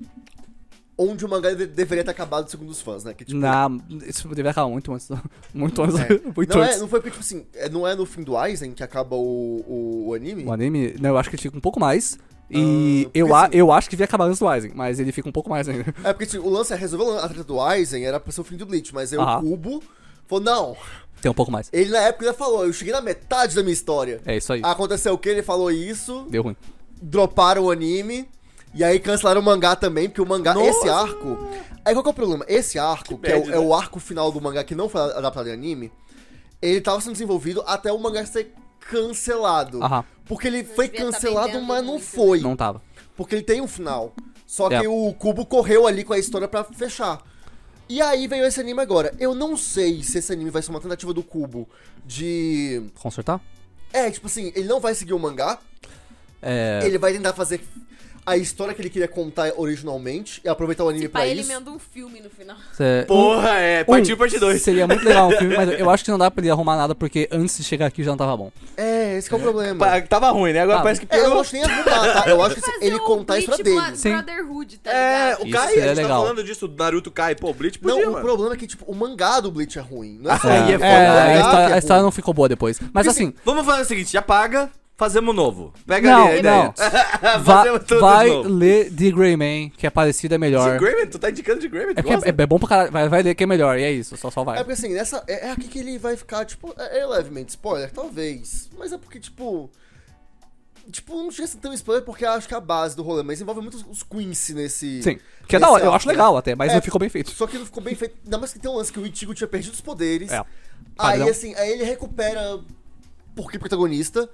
onde o mangá de- deveria ter acabado, segundo os fãs, né? Que, tipo,
Na, isso deveria acabar muito antes. Muito *laughs* antes. muito
não, é,
antes.
não foi porque, tipo assim, é- não é no fim do Aizen que acaba o, o, o anime?
O anime, não, eu acho que ele fica um pouco mais. E
Ah,
eu,
porque
a-
assim-
eu acho que devia acabar antes do Aizen, mas ele fica um pouco mais ainda. *laughs*
É porque tipo, o lance é resolver a treta do Aizen era pra ser o fim do Bleach, mas aí
Aham.
o Cubo falou, não.
Tem um pouco mais.
Ele na época já falou, eu cheguei na metade da minha história.
É isso aí.
Aconteceu o que? Ele falou isso,
Deu ruim.
droparam o anime. E aí cancelaram o mangá também, porque o mangá, esse arco. Aí qual que é o problema? Esse arco, que, é, o,
bad,
é
né?
o arco final do mangá que não foi adaptado em anime, ele tava sendo desenvolvido até o mangá ser cancelado.
Aham.
Porque ele foi
devia tá
cancelado,
vendendo
mas não
muito.
foi.
Não tava.
Porque ele tem um final. Só
É.
que o Cubo correu ali com a história pra fechar. E aí veio esse anime agora. Eu não sei se esse anime vai ser uma tentativa do Cubo de.
Consertar?
É, tipo assim, ele não vai seguir o mangá,
É.
ele vai tentar fazer a história que ele queria contar originalmente e aproveitar o anime
Se
pra
pá, ele
isso.
emenda um filme no final.
Cê- Um,
Porra, é. Partiu parte 2.
Seria muito legal
*laughs*
um filme, mas eu acho que não dá pra ele arrumar nada, porque antes de chegar aqui já não tava bom.
É, esse que é o problema.
Tava ruim, né? Agora
Ah,
parece que
É, eu não
piorou.
acho nem arrumar, tá? Eu acho que assim,
Fazer
ele
um
contar isso pra
Bleach
dele.
Bro-
Sim.
Brotherhood, tá
É,
ligado?
o
Isso
Kai,
seria
a gente tá
legal.
falando disso, do Naruto Kai. Pô, Bleach
Não,
podia,
o
mano.
problema é que, tipo, o mangá do Bleach é ruim. Não é só
Aí é
o
foda,
É,
mangá
a,
que
história,
é
a história
ruim.
não ficou boa depois. Mas assim,
Vamos fazer o seguinte, já paga, fazemos novo. Pega
não,
ali a
não.
ideia.
Va-
*laughs* Fazemos tudo
vai
de novo.
ler The Grey Man, que é parecida, é melhor.
De Greyman, tu tá indicando de Greyman, tu
É, porque
gosta?
é, é bom pra caralho, vai, vai ler que é melhor, e é isso, só, só vai.
É porque assim, nessa, é, é aqui que ele vai ficar, tipo, é, é levemente spoiler, talvez. Mas é porque, tipo. Tipo, não chega a ser tão spoiler porque acho que é a base do rolê, mas envolve muito os- os Quincy nesse.
Sim,
assim,
que é da hora, eu
nesse
acho
arco, né?
legal até, mas
É.
não ficou bem feito.
Só que não ficou bem feito. Ainda mais que tem um lance que o Ichigo tinha perdido os poderes.
É,
Aí
padrão.
assim, aí ele recupera porque protagonista.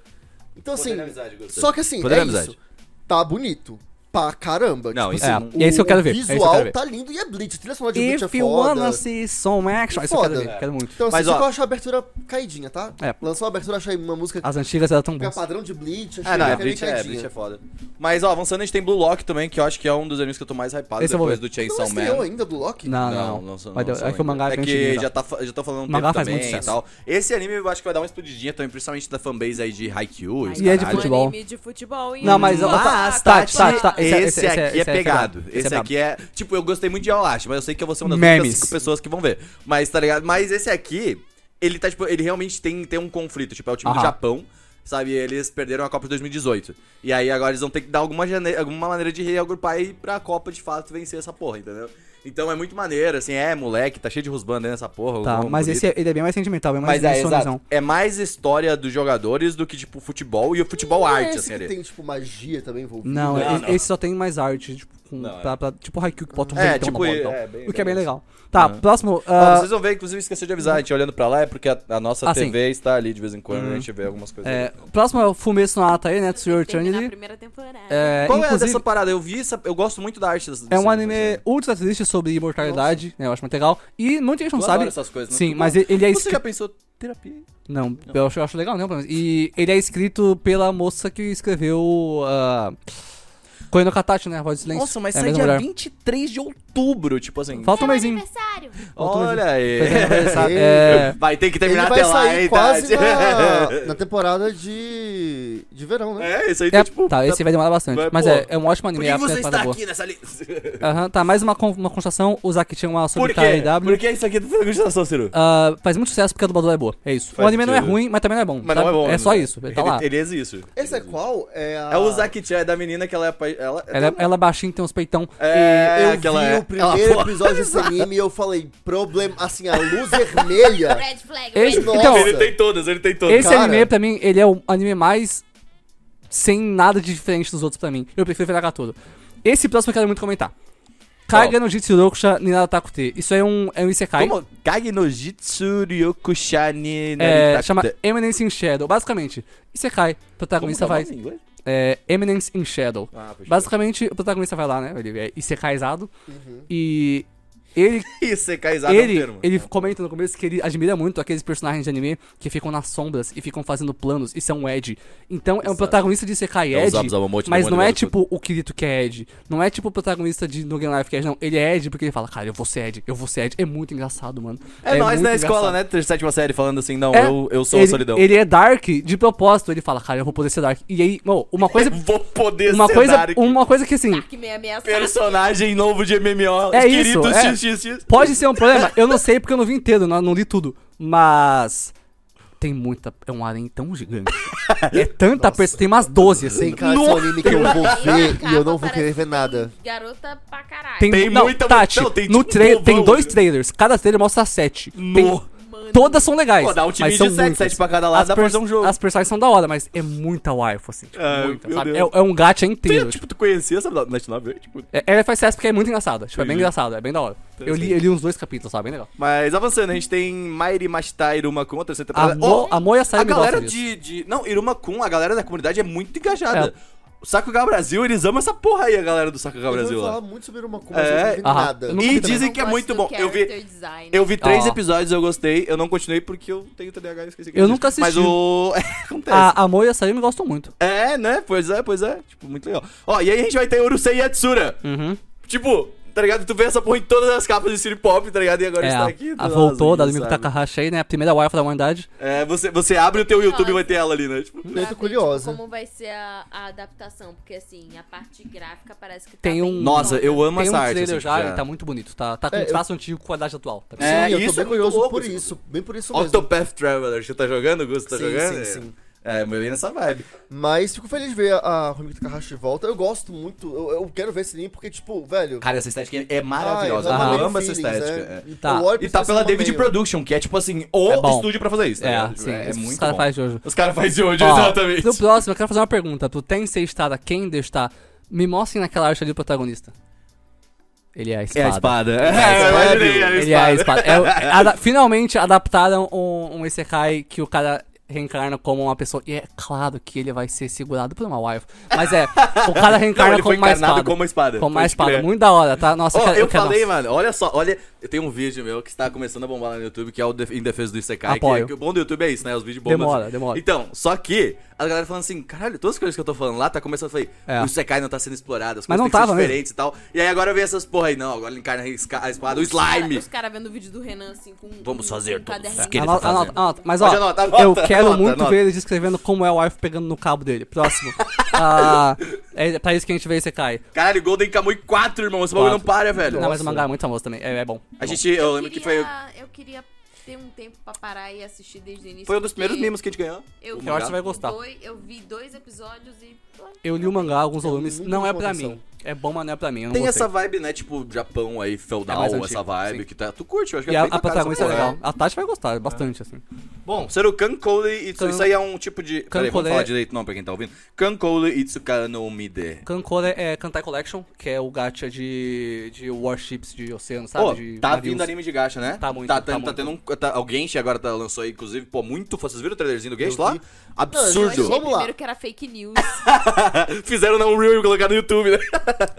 Então assim.
Poder e amizade, gostei.
só que assim,
Poder e
é
amizade.
isso. Tá bonito. Pra caramba. Tipo assim,
Não, isso
É,
não-
e é isso que eu quero ver, é
O
isso que eu
visual
quero ver.
tá lindo e é Bleach. A trilha sonora de Bleach é
If you
foda.
wanna see some né?
é
action, é- isso eu
Foda.
quero ver, quero muito.
Então assim,
Mas,
só
ó-
que eu acho a abertura caidinha, tá?
É.
Lançou a abertura, achei uma música
As antigas eram tão
que é
boas.
padrão de Bleach. Achei
Ah, não, é
meio
Bleach, é,
caidinha.
Bleach é foda. Mas, ó, avançando, a gente tem Blue Lock também, que eu acho que é um dos animes que eu tô mais hypado
Esse eu vou
depois
ver.
do
Não
Chainsaw
estreou
Man.
ainda do Loki?
Não,
Não,
não,
não, são- não,
Vai dar-
são
é que o
ainda.
mangá
é
bem
que
antiguinho,
já tá, fa- já tá falando um
O mangá
tempo
faz muito
também e
sucesso.
tal. Esse anime eu acho que vai dar uma explodidinha também, principalmente da fanbase aí de Haikyuu. os
E é de
caralho.
futebol.
Um anime de futebol e
Não,
um
mas, ó,
mangá,
Tati,
tá,
Tati, Tati,
tá.
Esse,
Esse é- esse-
aqui
esse-
é
esse é
pegado.
pegado.
Esse,
Esse é
aqui é. Tipo, eu gostei muito de Aolash, mas eu sei que eu vou ser uma das
Memes.
únicas cinco pessoas que vão ver. Mas tá ligado? Mas esse aqui, ele tá, tipo, ele realmente tem, tem um conflito. Tipo, é o time do
Aham.
Japão. Sabe, eles perderam a Copa de 2018. E aí agora eles vão ter que dar alguma, jane- alguma maneira de reagrupar e ir pra Copa de fato vencer essa porra, entendeu? Então é muito maneiro, assim, é moleque, tá cheio de rusband dentro dessa porra.
Tá,
um
mas
bonito.
esse é- ele é bem mais sentimental, é mais
Mas é, exato.
emocionalzão.
É mais história dos jogadores do que, tipo, futebol e o futebol
Não é
arte,
esse
assim,
que
ali.
tem, tipo, magia também envolvida.
Não,
Não,
e-
não.
esse só tem mais arte, tipo, com,
Não, é.
pra, pra- tipo Haikyuu que bota um
É,
ventão
tipo,
na bola, e tal.
é, bem-
o que é bem
bem
legal. Tá, próximo.
Ó,
ah,
vocês vão ver, inclusive esqueceu de avisar, a gente olhando pra lá é porque a, a nossa
Ah,
TV está ali de vez em quando, a gente vê algumas coisas.
é,
ali.
o próximo é o Fumetsu no Ata aí, né, Tsuyo
Terminar a
Eternity.
primeira temporada.
É,
Qual é
inclusive,
dessa parada? Eu vi essa, eu gosto muito da arte assim. dessa
É um
dessa-
anime ultra triste sobre imortalidade, né? Eu acho muito legal. E muita gente não
Eu adoro
sabe.
essas coisas, né?
Sim,
muito
mas
bom.
ele ele é
Você já
escrito.
pensou terapia?
Não, Eu, acho, eu acho legal, né? pelo menos. E ele é escrito pela moça que escreveu. Uh, Koen no Katachi, né? A voz do silêncio.
Nossa, mas
é a
sai
mesma
dia
mulher.
23 de outubro, tipo assim.
Falta um mêsinho.
aniversário.
falta um mêsinho.
Olha aí.
Feliz
*laughs*
aniversário.
É,
É,
Vai ter que
Ele
terminar
vai
até lá,
sair
hein,
quase
Tati?
*laughs* na, na temporada de, de verão, né?
*laughs* É, isso aí
é,
tá tipo.
tá, esse vai demorar bastante.
vai-
mas
pô,
é, é um ótimo
Por
anime.
que
a
você
temporada
está
boa.
aqui nessa lista?
Aham, tá, mais uma, con- uma constatação. O Zaki tinha uma
Por
sobre
quê?
KLW.
Por que isso aqui é da gostação, Ciro?
Ah, faz muito sucesso porque a dubladora é boa. É isso.
Faz
o anime não é
sentido.
ruim, mas também não é bom.
Mas não é
sabe?
bom.
É só
né?
isso. Tá
Ele-
lá.
Ele ex isso.
Esse é qual? É, a...
É o Zaki-chan, é da menina que ela é. apa- Ela,
Ela, ela é baixinha, tem uns peitão.
É,
Eu
aquela
vi
é-
o primeiro
ela-
episódio *laughs* desse anime e eu falei, problema, assim, a luz *laughs* vermelha.
Red flag.
Esse-
red
Nossa.
então,
Ele tem todas, ele tem todas.
Esse
Cara.
anime, pra mim, ele é o anime mais sem nada de diferente dos outros pra mim. Eu prefiro Feraka todo. Esse próximo eu quero muito comentar. Kaiga no Jitsu Rokusha Ninara Takute. Isso é um, é um Isekai.
Como? Kage no Jitsu Ryokusha ni
É,
Narita-
chama
Como
Eminence in Shadow. Basicamente, Isekai, o protagonista
que é o
vai.
nome em inglês?
É, Eminence in Shadow.
Ah, pode
Basicamente, o protagonista vai lá, né? Ele é Isekaizado.
Uhum.
E ele
Isso, é caizado
ele,
é um termo.
ele comenta no começo que ele admira muito aqueles personagens de anime que ficam nas sombras e ficam fazendo planos e são Ed. Então é um protagonista de Sekai
É o
Ed,
Zabu Zabumote do
mas
mundo
não é
universo
tipo o Kirito que é Ed, não é tipo o protagonista de No Game Life que é Ed, não. Ele é Ed porque ele fala, cara, eu vou ser Ed, eu vou ser Ed. É muito engraçado, mano.
É, nós
muito
na escola,
engraçado.
né? Ter- Sétima série falando assim, não,
É,
eu, eu sou
ele,
a solidão.
Ele é Dark de propósito, ele fala, cara, eu vou poder ser Dark. E aí, meu,
*laughs*
uma coisa.
Vou poder
uma,
ser
coisa
Dark.
uma coisa que assim.
Que meia meia
Personagem novo de MMO.
É
querido
isso, é.
XXX.
Pode ser um problema? Eu não sei porque eu não vi inteiro, não, não li tudo. Mas. Tem muita. É um arém tão gigante. É tanta pessoa. Tem umas 12, assim.
Tem cara de um
Nossa.
anime que eu vou ver
capa
e eu não vou
parece
querer
que
ver
tem
nada.
tá Garota pra caralho.
Tem,
Tem
não,
muita-
Tati,
não, tem
no
tipo um
trailer- tem
povão,
dois
né?
trailers. Cada trailer mostra sete.
No.
Tem- todas são legais.
Pô, dá um time
mas são
de sete,
muitas.
sete pra cada lado,
as
dá pra
pers-
fazer um jogo.
As personagens são da hora, mas é muita waifu, assim. Tipo,
Ah,
muita,
meu
sabe?
Deus.
É, é um gacha inteiro.
Tu,
tipo.
tipo, tu conhecia essa Night Novel? Tipo,
É, ela faz CS porque é muito engraçada. Tipo, é bem
Entendi.
engraçado, é bem da hora. Eu li, eu li uns dois capítulos, sabe? Bem legal.
Mas avançando, a gente tem Mairi Mashitai Iruma-kun, a terceira
A,
temporada.
Mo,
Ó,
a Moya sai
a galera de, de- Não, Iruma-kun, a galera da comunidade é muito engajada. O Sakuga Brasil, eles amam essa porra aí, a galera do Sakuga
Eu
Brasil
ouvi falar
lá.
muito sobre uma coisa,
É,
eu não vi
aham.
nada.
Eu não- nunca vi
E
também.
dizem que é
gosto
muito
do
bom. Eu vi,
character design.
eu vi três
Ó.
episódios, eu gostei. Eu não continuei porque eu tenho TDAH e esqueci que
Eu
disse.
nunca assisti. Ah.
Mas o... *laughs* é, Acontece.
A, a Moe e a Sayumi gostam muito.
É, né? Pois é, pois é. Tipo, muito legal. Ó, e aí a gente vai ter Urusei Yatsura.
Uhum.
Tipo, tá ligado? Tu vê essa porra em todas as capas de City Pop, tá ligado? E agora
É,
está
a,
aqui.
a
do
voltou
ladinho,
da Amigo
sabe?
Takahashi aí, né? A primeira wife da humanidade.
É, você, você abre o teu YouTube e vai
Nossa.
ter ela ali, né?
Hum.
Tipo,
Eu
Pra
tô
ver,
curiosa.
tipo, como vai ser a, a adaptação, porque assim, a parte gráfica parece que tá
Tem
bem
um-
nossa, eu amo
Tem um
essa arte.
trailer
assim,
já,
já.
e tá muito bonito. Tá, tá com
É, eu-
traço antigo, qualidade atual. Tá
É,
Sim, eu tô
isso é
bem
muito
curioso
louco,
por
isso.
isso, bem por isso mesmo.
Octopath Traveler, você tá jogando, Gusto? Tá
Sim,
jogando?
sim, sim.
É, mas bem nessa vibe.
Mas fico feliz de ver a Rumi Takahashi volta. Eu gosto muito, eu, eu quero ver esse anime porque, tipo, velho.
Cara, essa estética é
ah,
maravilhosa.
eu
eu
amo
amo essa
feelings,
estética.
né?
é.
Eu
Tá.
olho pra
E tá
esse
pela
momento.
David Production, que é tipo assim, o
É bom.
estúdio pra fazer isso. tá
É,
ligado?
sim.
é, é
isso que
muito
Os caras
bom.
fazem de hoje.
Os caras fazem hoje,
Ó,
exatamente.
No próximo, eu quero fazer uma pergunta. Pro Tensei Estada, quem Deus está? Me mostrem naquela arte ali o protagonista. Ele é a
É
espada.
a espada. É, eu imaginei, era a
Ele é a
espada.
espada. É o- é ada- finalmente adaptaram um, um Isekai que o cara reencarna como uma pessoa. E é claro que ele vai ser segurado por uma wife. Mas é, o cara
*laughs* Não,
reencarna
ele foi
como uma
encarnado
espada.
como uma espada.
Como uma
Pode
espada.
crer.
Muito da hora, tá? Nossa,
Ó,
quero-
eu,
quero-
falei,
nossa.
mano, olha só, olha, eu tenho um vídeo meu que está começando a bombar lá no YouTube, que é o Def- Em Defesa do Isekai, que, é-
Apoio.
que o bom do YouTube é isso, né, os vídeos bombam.
Demora,
assim.
demora.
Então, só que a galera falando assim, caralho, todas as coisas que eu tô falando lá tá começando, eu falei,
É.
o Isekai não tá sendo explorado, as coisas
Mas não
têm que ser
tava mesmo.
diferentes e tal. E aí agora vem essas porra aí, não, agora ele encarna a esca- a espada, o slime.
Os caras vendo o vídeo do Renan assim com
Vamos
um-
fazer
um
todos
caderninho.
os que ele tá
Anota,
fazendo.
anota, anota. Mas ó,
Pode anotar, anota,
eu quero
anota,
muito
anota.
ver ele descrevendo como é o wife pegando no cabo dele.
*laughs*
Próximo. ah, é pra isso que a gente vê Isekai.
Caralho, Golden Kamui 4, irmão, esse bagulho não
Quatro.
para, velho.
Não, mas o mangá é muito famoso também. É, é bom.
A gente, eu lembro que foi,
queria- Eu queria ter um tempo pra parar e assistir desde o início.
foi um dos primeiros
porque
mimos que a gente ganhou.
Eu,
o
vi
Eu acho que você
mangá.
vai gostar.
dois- eu vi dois episódios e.
Eu li o mangá, alguns volumes.
nunca
Não é
vi
pra
atenção.
mim. É bom, mas não é pra mim. Eu não
Tem
gostei.
essa vibe, né, tipo, Japão aí,
É
feudal,
mais antigo,
essa vibe
sim.
que tá... Tu curte, eu acho que
E
é
a,
bem
a
tua cara essa
protagonista é
porra, né?
legal. A Tati vai gostar bastante, assim.
Bom, Serukan Kouli Itsu,
Kan-
isso aí é um tipo de... Peraí, vamos
Kankore-
falar direito não pra quem tá ouvindo. Kan Kouli Itsuka no Mide.
Kankore é Kantai Collection, que é o gacha de, de warships de oceano, sabe?
Pô,
de
tá
navios.
vindo anime de gacha, né?
Tá muito,
Tá,
tá muito.
tendo um... Tá, o Genshin agora tá, lançou aí, inclusive, pô, muito... Vocês viram o trailerzinho do Genshin
Eu
lá?
vi.
Eu
Absurdo.
achei
Vamos lá.
primeiro que era fake
*laughs*
news.
Fizeram não um reel e colocaram no YouTube, né?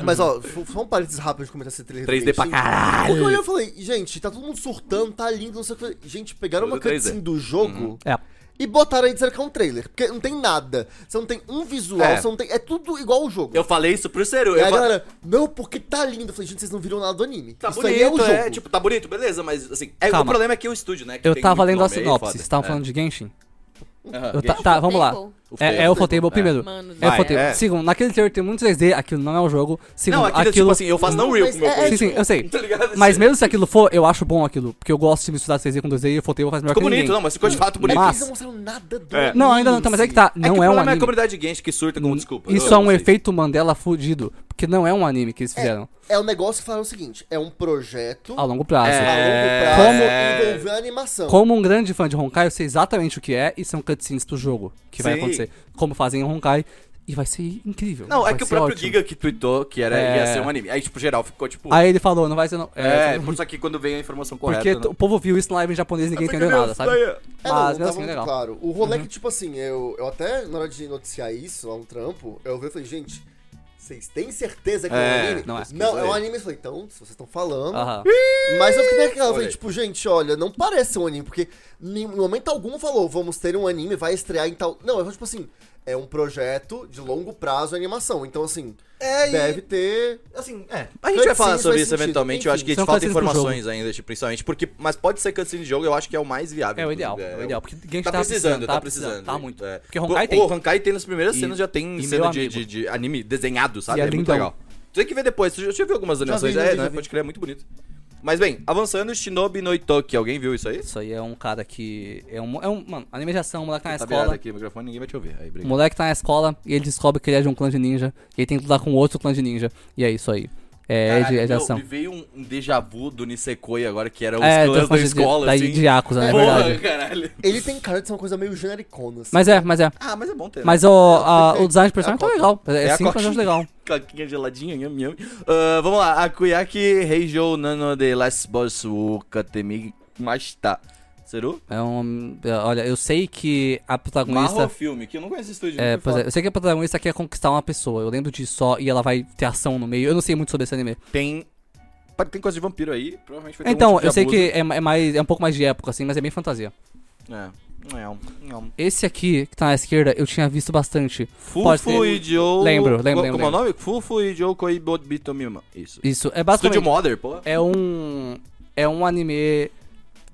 Mas ó, f- só um parênteses rápido de comentar esse trailer. do
3D pra
Genshin.
caralho.
Porque eu olhei e falei, gente, tá todo mundo surtando, tá lindo, não sei o que. Eu falei, Gente, pegaram uma
Tudo Uhum. 3D.
cutscene do jogo
É.
e botaram aí dizer que é um trailer. Porque não tem nada. Você não tem um visual,
É.
você não tem. É tudo igual o jogo.
Eu falei isso pro Seru. Eu
e aí a
fa-
galera, não, porque tá lindo. Eu falei, gente, vocês não viram nada do anime.
Tá
Isso
bonito,
aí é o jogo.
tipo, tá bonito, beleza, mas assim, é, o
Calma.
problema é que o estúdio, né? que
Eu
tem
tava
muito
lendo a
nome aí,
sinopse.
foda.
Vocês estavam
É.
falando de Genshin?
Aham,
Eu tá,
Genshin.
tá, vamos lá.
Fable.
O
É, é o Fotable primeiro.
Mano,
É o
Vai,
Fotable.
é.
Segundo, naquele trailer tem muito 3D, aquilo não é um jogo. Segundo,
Não, aquilo, é tipo assim, eu faço não real
Mas
com o meu
é-
coach.
Sim, sim, eu sei.
Tá ligado?
Mas
Assim,
mesmo se aquilo for, eu acho bom aquilo. Porque eu gosto de misturar 3D com 2D e o Fotable faz melhor
Ficou
que
bonito,
ninguém.
não, mas ficou de fato
É
bonito.
que
Mas-
eles não mostraram nada do
É.
anime
Não, ainda não,
em
tá, mas é
si.
que tá.
é que
Não
o
é um
problema é a
anime.
comunidade de Genshin que surta com desculpa.
Isso é
Eu não
um
sei.
efeito Mandela fudido. Porque não é um anime que eles fizeram
É o negócio que falaram o seguinte: é um projeto
a longo prazo.
a
É.
longo prazo
Como-
envolvendo a animação.
Como um grande fã de Honkai, eu sei exatamente o que é e são cutscenes pro jogo que vai
Sim.
acontecer. Como fazem em Honkai. E vai ser incrível.
Não,
vai
é que o
ser
próprio
ótimo.
Giga que tweetou que era, ia
É.
ser um anime. Aí, tipo, geral ficou tipo.
Aí ele falou, não vai ser não.
é,
É,
por isso aqui quando vem a informação correta.
porque
né?
t- o povo viu isso na live em japonês e ninguém entendeu nada, sabe?
É, não,
Mas
não
tá
mesmo
tava
assim,
muito
legal.
claro. O rolê
Uhum.
que, tipo assim, eu, eu até na hora de noticiar isso lá no trampo, eu vi e falei, gente, vocês têm certeza que é,
É,
um anime?
não é.
Não, é um anime. Eu falei, então, se vocês estão falando.
Aham.
Mas eu fiquei naquela, eu
Olha
falei,
aí.
tipo, gente, olha, não parece um anime, porque em momento algum falou, vamos ter um anime, vai estrear em tal. Não, eu tipo assim, é um projeto de longo prazo de animação. Então, assim,
É, e-
deve ter.
Assim, é. A gente vai falar sobre
Cutscenes faz
isso
sentido.
eventualmente. eu
Enfim,
acho que
são
falta
cutscenes pro
informações ainda, tipo, principalmente. Porque, mas pode ser cutscene de jogo, eu acho que é o mais viável.
É o
inclusive.
ideal, é o ideal. Porque Genshin
Tá
tava
precisando, tá
tava
precisando.
Tá muito.
É.
Porque Honkai
Pô,
tem.
O Honkai tem nas primeiras
E-
cenas, já tem
e
cena
meu
de,
amigo.
de, de anime desenhado, sabe?
E
é
é
muito
lindão.
legal. Tu tem que ver depois, tu já, já viu algumas animações,
vi, já
é,
vi,
né?
já vi.
Pode crer, é muito bonito. Mas bem, avançando, Shinobi no Itoki, alguém viu isso aí? Tá
Isso aí é um cara que. É um. É um mano, anime de ação, um moleque tá na
Tá virado
escola.
aqui o microfone, ninguém vai te ouvir. Aí,
O
obrigado.
moleque tá na escola e ele descobre que ele é de um clã de ninja. E ele tem que lutar com outro clã de ninja. E é isso aí. É,
Caralho,
de, é de
meu,
ação.
Me veio um, um déjà vu do Nisekoi agora, que era os
é,
clãs da
falando de-
escola,
da,
assim.
de Yakuza, né? é
Porra,
verdade.
caralho.
Ele tem cara de ser uma coisa meio genericona. assim.
Mas é, mas é.
Ah, mas é bom ter. né?
Mas o, a-
perfeito.
o design de
É a
personagem tá
Coca.
legal. É,
É a
simples, mas
Coquinha.
legal.
*laughs* Coquinha geladinha, nham, nham. Ah, vamos lá. Akuyaki Heijou Nano de Las Boss Ukatemi Mashita. Seru?
É um. Olha, eu sei que a protagonista.
Marro filme, que eu não conheço esse estúdio.
É,
nunca
pois
ouvi
é, eu sei que a protagonista quer conquistar uma pessoa, eu lembro disso só, e ela vai ter ação no meio. Eu não sei muito sobre esse anime.
falar. Tem... Pá, Tem coisa de vampiro aí, provavelmente vai ter
Então,
algum tipo
eu sei
de
que é, ma- é mais, é um pouco mais de época, assim, mas é bem fantasia.
abuso. É, não, não.
Esse aqui, que tá na esquerda, eu tinha visto bastante. Pode
Fufu
ter-
e Joe...
Lembro, lembro,
Como é o
lembro.
nome? Fufu e Joe Koibobitomima. Isso.
Isso, é
Estúdio
basicamente...
Mother, pô. Ah,
É um... É um anime...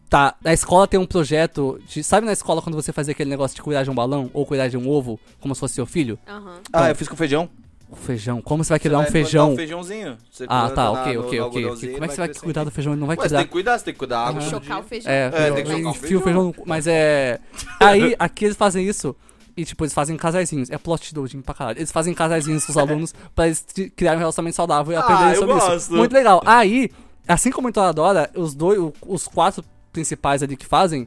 Tá, na escola tem um projeto de... Sabe na escola quando você fazia aquele negócio de cuidar de um balão ou cuidar de um ovo, como se fosse seu filho?
Aham. Uhum.
Ah, eu fiz com feijão.
O feijão, como você vai cuidar
Você
então. um
vai plantar
feijão?
Um feijãozinho. Você
Ah,
planta
tá,
na-
ok,
no-
ok,
no
ok, ok.
algodãozinho,
Como é que você vai
crescendo.
cuidar do feijão? Ele não vai
Ué, você
cuidar.
tem que cuidar, você tem que cuidar da água. todo
Chocar o
dia.
feijão.
É,
É, tem que
eu
colocar o
enfio o
feijão.
feijão no cu. Mas é. Aí, aqui eles fazem isso. E, tipo, eles fazem casaizinhos. É plot doidinho pra caralho. Eles fazem casaizinhos com os alunos pra eles t- criarem um relacionamento saudável e
Ah,
aprenderem
eu
sobre
gosto.
isso. Muito legal. Aí, assim como em Toradora, os dois, o- os quatro principais ali que fazem,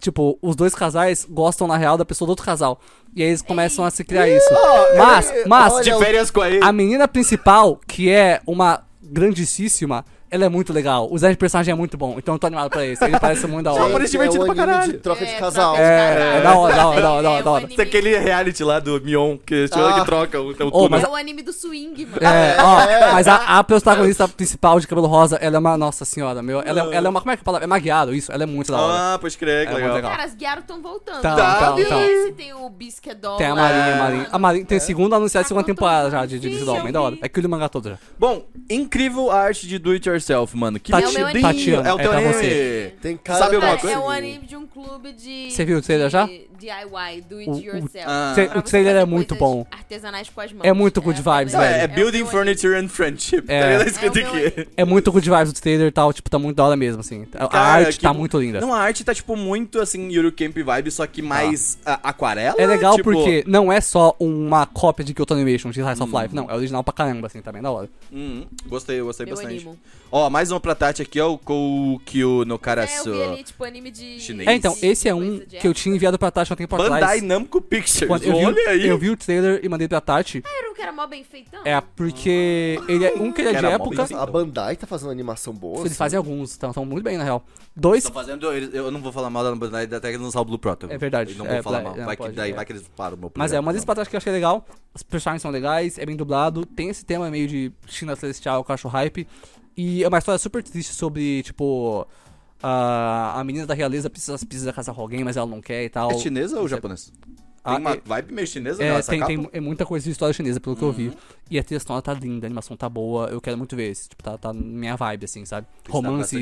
tipo, os dois casais gostam, na real, da pessoa do outro casal. E aí eles começam a se criar isso. Mas, mas, tipo,
olha,
De férias com a ele.
a menina principal, que é uma grandissíssima, ela é muito legal. O design de personagem é muito bom, então eu tô animado pra esse. Ele parece muito da
Gente,
Só por
hora.
isso divertido
é um
pra
anime
caralho.
de troca de
É,
casal.
troca de
É,
casal.
da hora, da hora, da hora, da hora,
É
da
um
hora.
anime-
Tem aquele reality lá do Mion, que tinha hora que troca o teu
Oh, mas-
É o anime do swing, mano.
É, ó, mas a, a protagonista principal de cabelo rosa, ela é uma, nossa senhora, meu, ela, é- ela é uma, como é que fala? É maguiado, isso, ela é muito da hora.
Ah, pode crer, que
É muito
legal.
legal.
Cara, as Gyaro estão voltando.
Tão,
tão,
tem
tão.
esse, tem o Biscuit
Ah,
Doll.
Tá, Tem a
lá,
é.
É,
Marinha, a
mano.
Marinha. A Marinha tem a segunda anunciada, a segunda
Tá
temporada já
contando.
de Disney
Sim,
Doll,
eu
bem da hora.
vi.
É que o mangá todo já.
Bom, incrível a arte de do it yourself, mano. Que
Tati-
lindinho.
É o meu
Tatiana,
É o
Tá é
teu
pra
anime.
você.
Tem cara
Sabe
de-
alguma
Cara,
coisa?
é um anime de um clube de.
Você viu o trailer
de-
já?
DIY, do it
O- o-
yourself.
Ah.
Pra
O
você
trailer
fazer
é muito
coisas
bom.
Artesanais com as mãos.
É muito good
o meu-
vibes,
Não, é, é
o
Building
meu
Furniture and Friendship.
É.
Tá ligado?
anime.
escrito
É o meu
aqui. *laughs*
anime.
É muito good vibes do trailer e tal, tipo, tá muito da hora mesmo, assim. A- A
Cara,
arte
que
tá
bo-
muito linda.
Não, a arte tá, tipo, muito, assim, Yuri Camp vibe, só que mais a- aquarela.
É legal
tipo-
porque não é só uma cópia de Kyoto Animation, de Slice of Life,
Uhum.
não, é original pra caramba, assim, também da hora.
Hum, gostei, eu gostei
Eu
bastante.
animo.
Ó, mais uma pra Tati aqui, ó, o Koukyo no
É, eu
Karasu.
vi ali, tipo, anime de.
Chinês.
É, então,
de
esse é um
coisa de
que eu tinha enviado pra Tati há um tempo
Bandai
atrás.
Namco Pictures,
Quando eu vi, o-
olha aí.
eu vi o trailer e mandei pra Tati.
Era um que era mó bem feitão.
É, porque ele é um que ele é de
Era mó
época.
bem-
A Bandai tá fazendo animação boa.
Eles
assim.
fazem alguns, estão muito bem, na real. Dois.
Estão fazendo, eles- eu não vou falar mal da Bandai, até que eles lançaram o Blue Protocol.
É verdade,
Eu Não vou
é,
falar
é,
mal,
não
vai, que,
pode,
daí,
é.
vai que eles param o meu
Mas é, uma das
projeto.
paradas que eu achei legal. Os personagens são legais, é bem dublado. Tem esse tema meio de China Celestial que eu acho hype. E é uma história super triste sobre, tipo. A, a menina da realeza precisa, precisa casar com alguém, mas ela não quer e tal.
É chinesa ou japonesa?
Ah,
tem uma
é-
vibe meio chinesa
É,
nessa
tem,
capa? Uhum.
tem- é muita coisa de história chinesa, pelo que eu vi. E a trilha sonora tá linda, a animação tá boa, eu quero muito ver esse. Tipo, tá, tá na minha vibe, assim, sabe? Romance,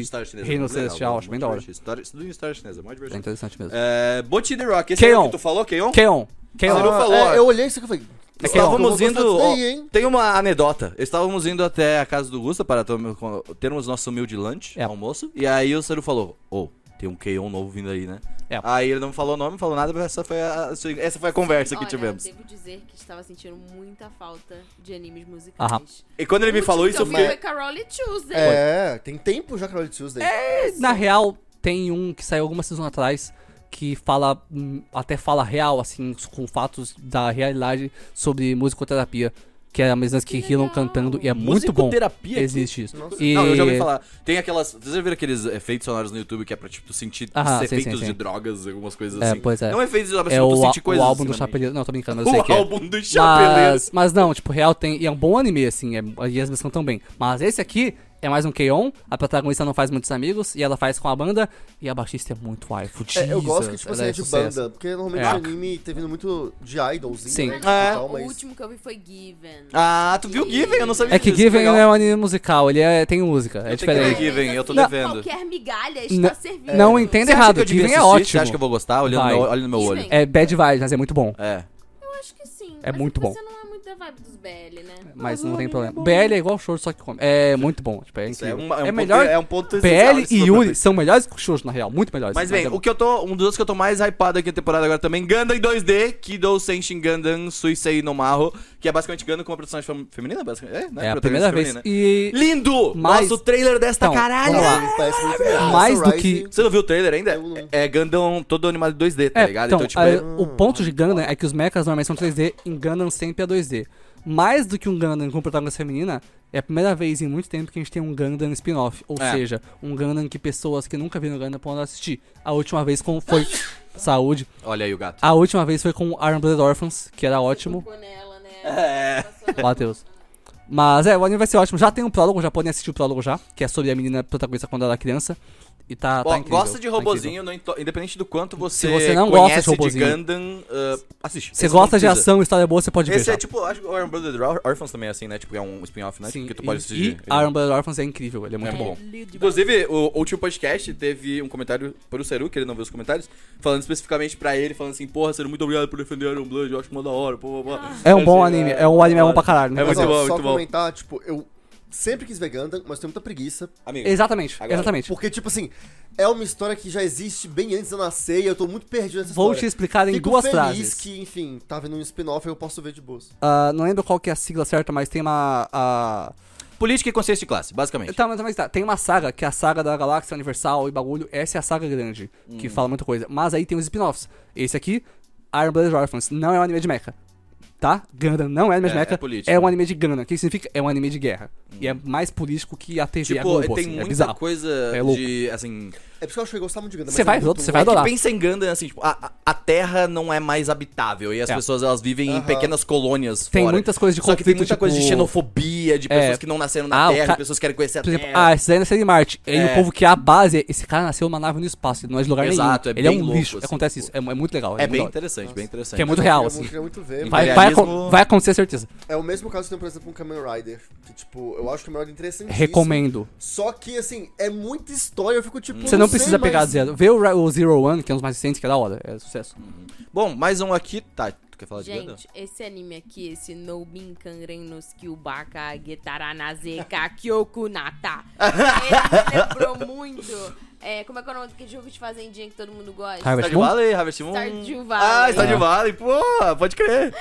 reino celestial, acho bem da hora.
História, estudo em história chinesa, é muito
É
divertido.
interessante mesmo.
É, Boti The Rock, esse é o
Keon.
que tu falou, Keion?
Keon!
Ah,
Keon!
Você não falou, ó.
é, eu olhei isso aqui e falei.
É que
Keon.
estávamos
Eu vou
indo.
gostar disso
ó,
daí, hein?
tem uma anedota. Estávamos indo até a casa do Gusta para tom- com- termos nosso humilde lanche,
É.
almoço. E aí o Seru falou: Ô, tem um Keion novo vindo aí, né?
É.
Aí ele não falou nome, não falou nada, essa foi a, essa foi a conversa que
Olha,
tivemos.
Eu devo dizer que estava sentindo muita falta de animes musicais.
Aham.
E quando ele me falou isso, eu
vi. Foi
fiquei.
Carole Tuesday.
É, tem tempo já que eu Tuesday. É,
Na real, tem um que saiu algumas sessões atrás que fala, hum, até fala real, assim, com fatos da realidade sobre musicoterapia. Que é a mesma que
Que
rilam
legal.
cantando e é muito bom.
Musicoterapia, que-
Existe isso.
Nossa.
E...
Não, eu já ouvi falar. Tem aquelas. Vocês já viram aqueles efeitos sonoros no YouTube que é pra, tipo, sentir
Aham,
esses
sim,
efeitos
sim,
de
sim.
drogas, algumas coisas
É,
assim.
pois é.
Não efeitos de drogas,
É
mas tipo, tu
o,
sentir coisas.
o álbum do
assim, mano.
Chapeleiro. Não, tô brincando, eu sei
o
que é.
álbum do Chapeleiro.
Mas, mas não, tipo, real tem. E é um bom anime, assim. É, e as músicas cantam bem. Mas esse aqui é mais um K-On. A protagonista não faz muitos amigos. E ela faz com a banda. E a baixista é muito waifu.
eu gosto que,
Jesus,
tipo
ela
assim, é de
sucesso.
banda. Porque normalmente
É.
o anime tem vindo muito de idolzinho,
Sim.
né?
É.
e tal,
O
mas-
último que eu vi foi Given.
Ah, tu viu o Given? Eu não sabia
É que
disso,
Given
legal.
não é um anime musical. Ele é, tem música. É
Eu tenho que
diferente.
ver Given, eu tô
Assim,
devendo.
Qualquer migalha
Não-
está servindo.
Não entenda errado. Given é
Você
ótimo.
acha que eu vou gostar? Olhando
Vai.
meu, olha no meu
Given.
olho.
É bad vibes, mas é muito bom.
É.
Eu acho que sim.
É
mas
muito bom.
Você não é muito da vibe dos BL, né?
Mas não tem problema. BL é igual Shoujo, só que come. É muito bom. Tipo, é
Isso é,
incrível.
um, é, um
melhor.
ponto, é um ponto essencial
BL
desse
e
programa.
Yuri são melhores que o Shoujo, na real. Muito melhores.
Mas bem,
é
o que eu tô. Um dos outros que eu tô mais hypado aqui na temporada agora também, Gundam 2D, Kido Senshin Gundam Suisei no Marro, que é basicamente Gundam com uma produção fem- feminina, basicamente. É, né?
É a
Protagonista
primeira vez.
feminina.
E.
Lindo!
Mas-
Nossa, o trailer desta
Então,
caralho!
vamos lá.
Nossa, parece muito
é
legal.
Mais
Nossa,
do que-
Rising-
Você não viu o trailer ainda?
Eu não.
É Gundam todo animado em 2D, tá ligado?
Então,
Então, tipo,
a-
é-
o ponto de Gundam é que os mechas normalmente são 3D, em Gundam sempre é 2D. mais do que um Gundam com protagonista feminina, é a primeira vez em muito tempo que a gente tem um Gundam spin-off. Ou
É.
seja, um Gundam que pessoas que nunca viram Gundam podem assistir. A última vez com
*laughs*
foi. Saúde.
Olha aí o gato.
A última vez foi com Iron Blooded Orphans, que era ótimo.
*laughs*
Ficou nela, né?
É.
Matheus. Mas é, o anime vai ser ótimo. Já tem um prólogo, já podem assistir o prólogo já, que é sobre a menina protagonista quando ela era criança. E tá,
Ó,
tá incrível.
gosta de
tá incrível.
robozinho, não into- independente do quanto você,
Se você não gosta de
conhece
robozinho.
Gundam, ah, assiste.
Você
Esse não
gosta de
precisa.
ação, história boa, você pode ver.
Esse é
já.
tipo, eu acho que o Iron Brother Or- Orphans também é assim, né? Tipo, é um spin-off, né?
Sim,
que tu pode
e, e
assistir.
Iron Blooded Orphans é incrível, ele é muito
É
bom.
bom. Inclusive, o último podcast teve um comentário pro Seru, que ele não viu os comentários, falando especificamente pra ele, falando assim, porra, Seru, muito obrigado por defender Iron Blood, eu acho mó da hora, pô, pô, pô.
É um bom anime, é um anime bom pra caralho. não
É
pode
muito
Mas,
bom,
dizer.
só
muito bom.
comentar, tipo, eu sempre quis ver Gundam, mas tenho muita preguiça.
Amigo,
Exatamente,
Agora,
exatamente.
Porque, tipo assim, é uma história que já existe bem antes de eu nascer e eu tô muito perdido nessa
Vou te
história.
explicar em
Fico
duas
feliz
frases.
que, enfim, tá vendo um spin-off e eu posso ver de boas.
Ah, não lembro qual que é a sigla certa, mas tem uma. a-
política e consciência de classe, basicamente.
Tá, mas, mas tá. Tem uma saga, que é a saga da Galáxia Universal e bagulho. Essa é a saga grande,
Hum.
que fala muita coisa. Mas aí tem os spin-offs. Esse aqui, Iron Blooded Orphans, não é um anime de mecha. Tá? Gundam não é anime de
É,
mecha.
é político. Hum.
um anime de Gundam. O que significa? É um anime de guerra. E é mais político que a TV,
Tipo,
a
tem
Globo, assim, É
muita
bizarro.
coisa
É louco.
de, assim...
É por isso que eu acho que eu gostava muito de Gundam.
Você
mas
vai
é
ver
muito-
outro, você vai
é que
adorar.
pensa em Gundam, assim, tipo, a, a Terra não é mais habitável e as
É.
pessoas, elas vivem em
Aham.
pequenas colônias
Tem
fora.
muitas coisas de
Só que tem
conflito,
muita coisa de
tipo-
xenofobia, de pessoas
É.
que não nasceram na
Ah, o
Terra,
ca-
de pessoas que querem conhecer a
Por exemplo,
Terra.
ah, esse daí nasceu em Marte. E aí
É.
o povo que é a base, esse cara nasceu numa nave no espaço, ele não é de lugar
Exato, é
nenhum. ele é
bem
um
louco,
lixo.
assim,
Acontece
tipo,
isso. É, mu- é muito legal.
É
muito
bem
legal.
interessante, bem interessante.
Que é muito
Eu
real,
queria
assim.
muito- queria muito ver.
Vai-
Vai,
Imperialismo-
vai, acon- vai acontecer certeza.
É o mesmo caso que eu tenho, por exemplo, com Kamen Rider. Que, tipo, eu acho que Kamen Rider interessantíssimo.
Recomendo.
Só que, assim, é muita história, eu fico tipo.
Você não
sei,
precisa pegar
mas-
zero. Vê o, Ra- o Zero One, que é um dos mais recentes, que é da hora. É sucesso.
Bom, mais um aqui. Tá, tu quer falar de Gundam?
Gente, esse anime aqui, esse No Binkan Renos Kyubaka Getaranaze
*laughs*
Kakyoku Nata. Ele me lembrou muito. É, como é que é o nome daquele jogo de fazendinha que todo mundo gosta?
Harvest
Stardew
Moon?
Valley, Harvest Moon.
Stardew
Ah,
Valley.
Stardew
Ah.
Valley, pô, pode crer.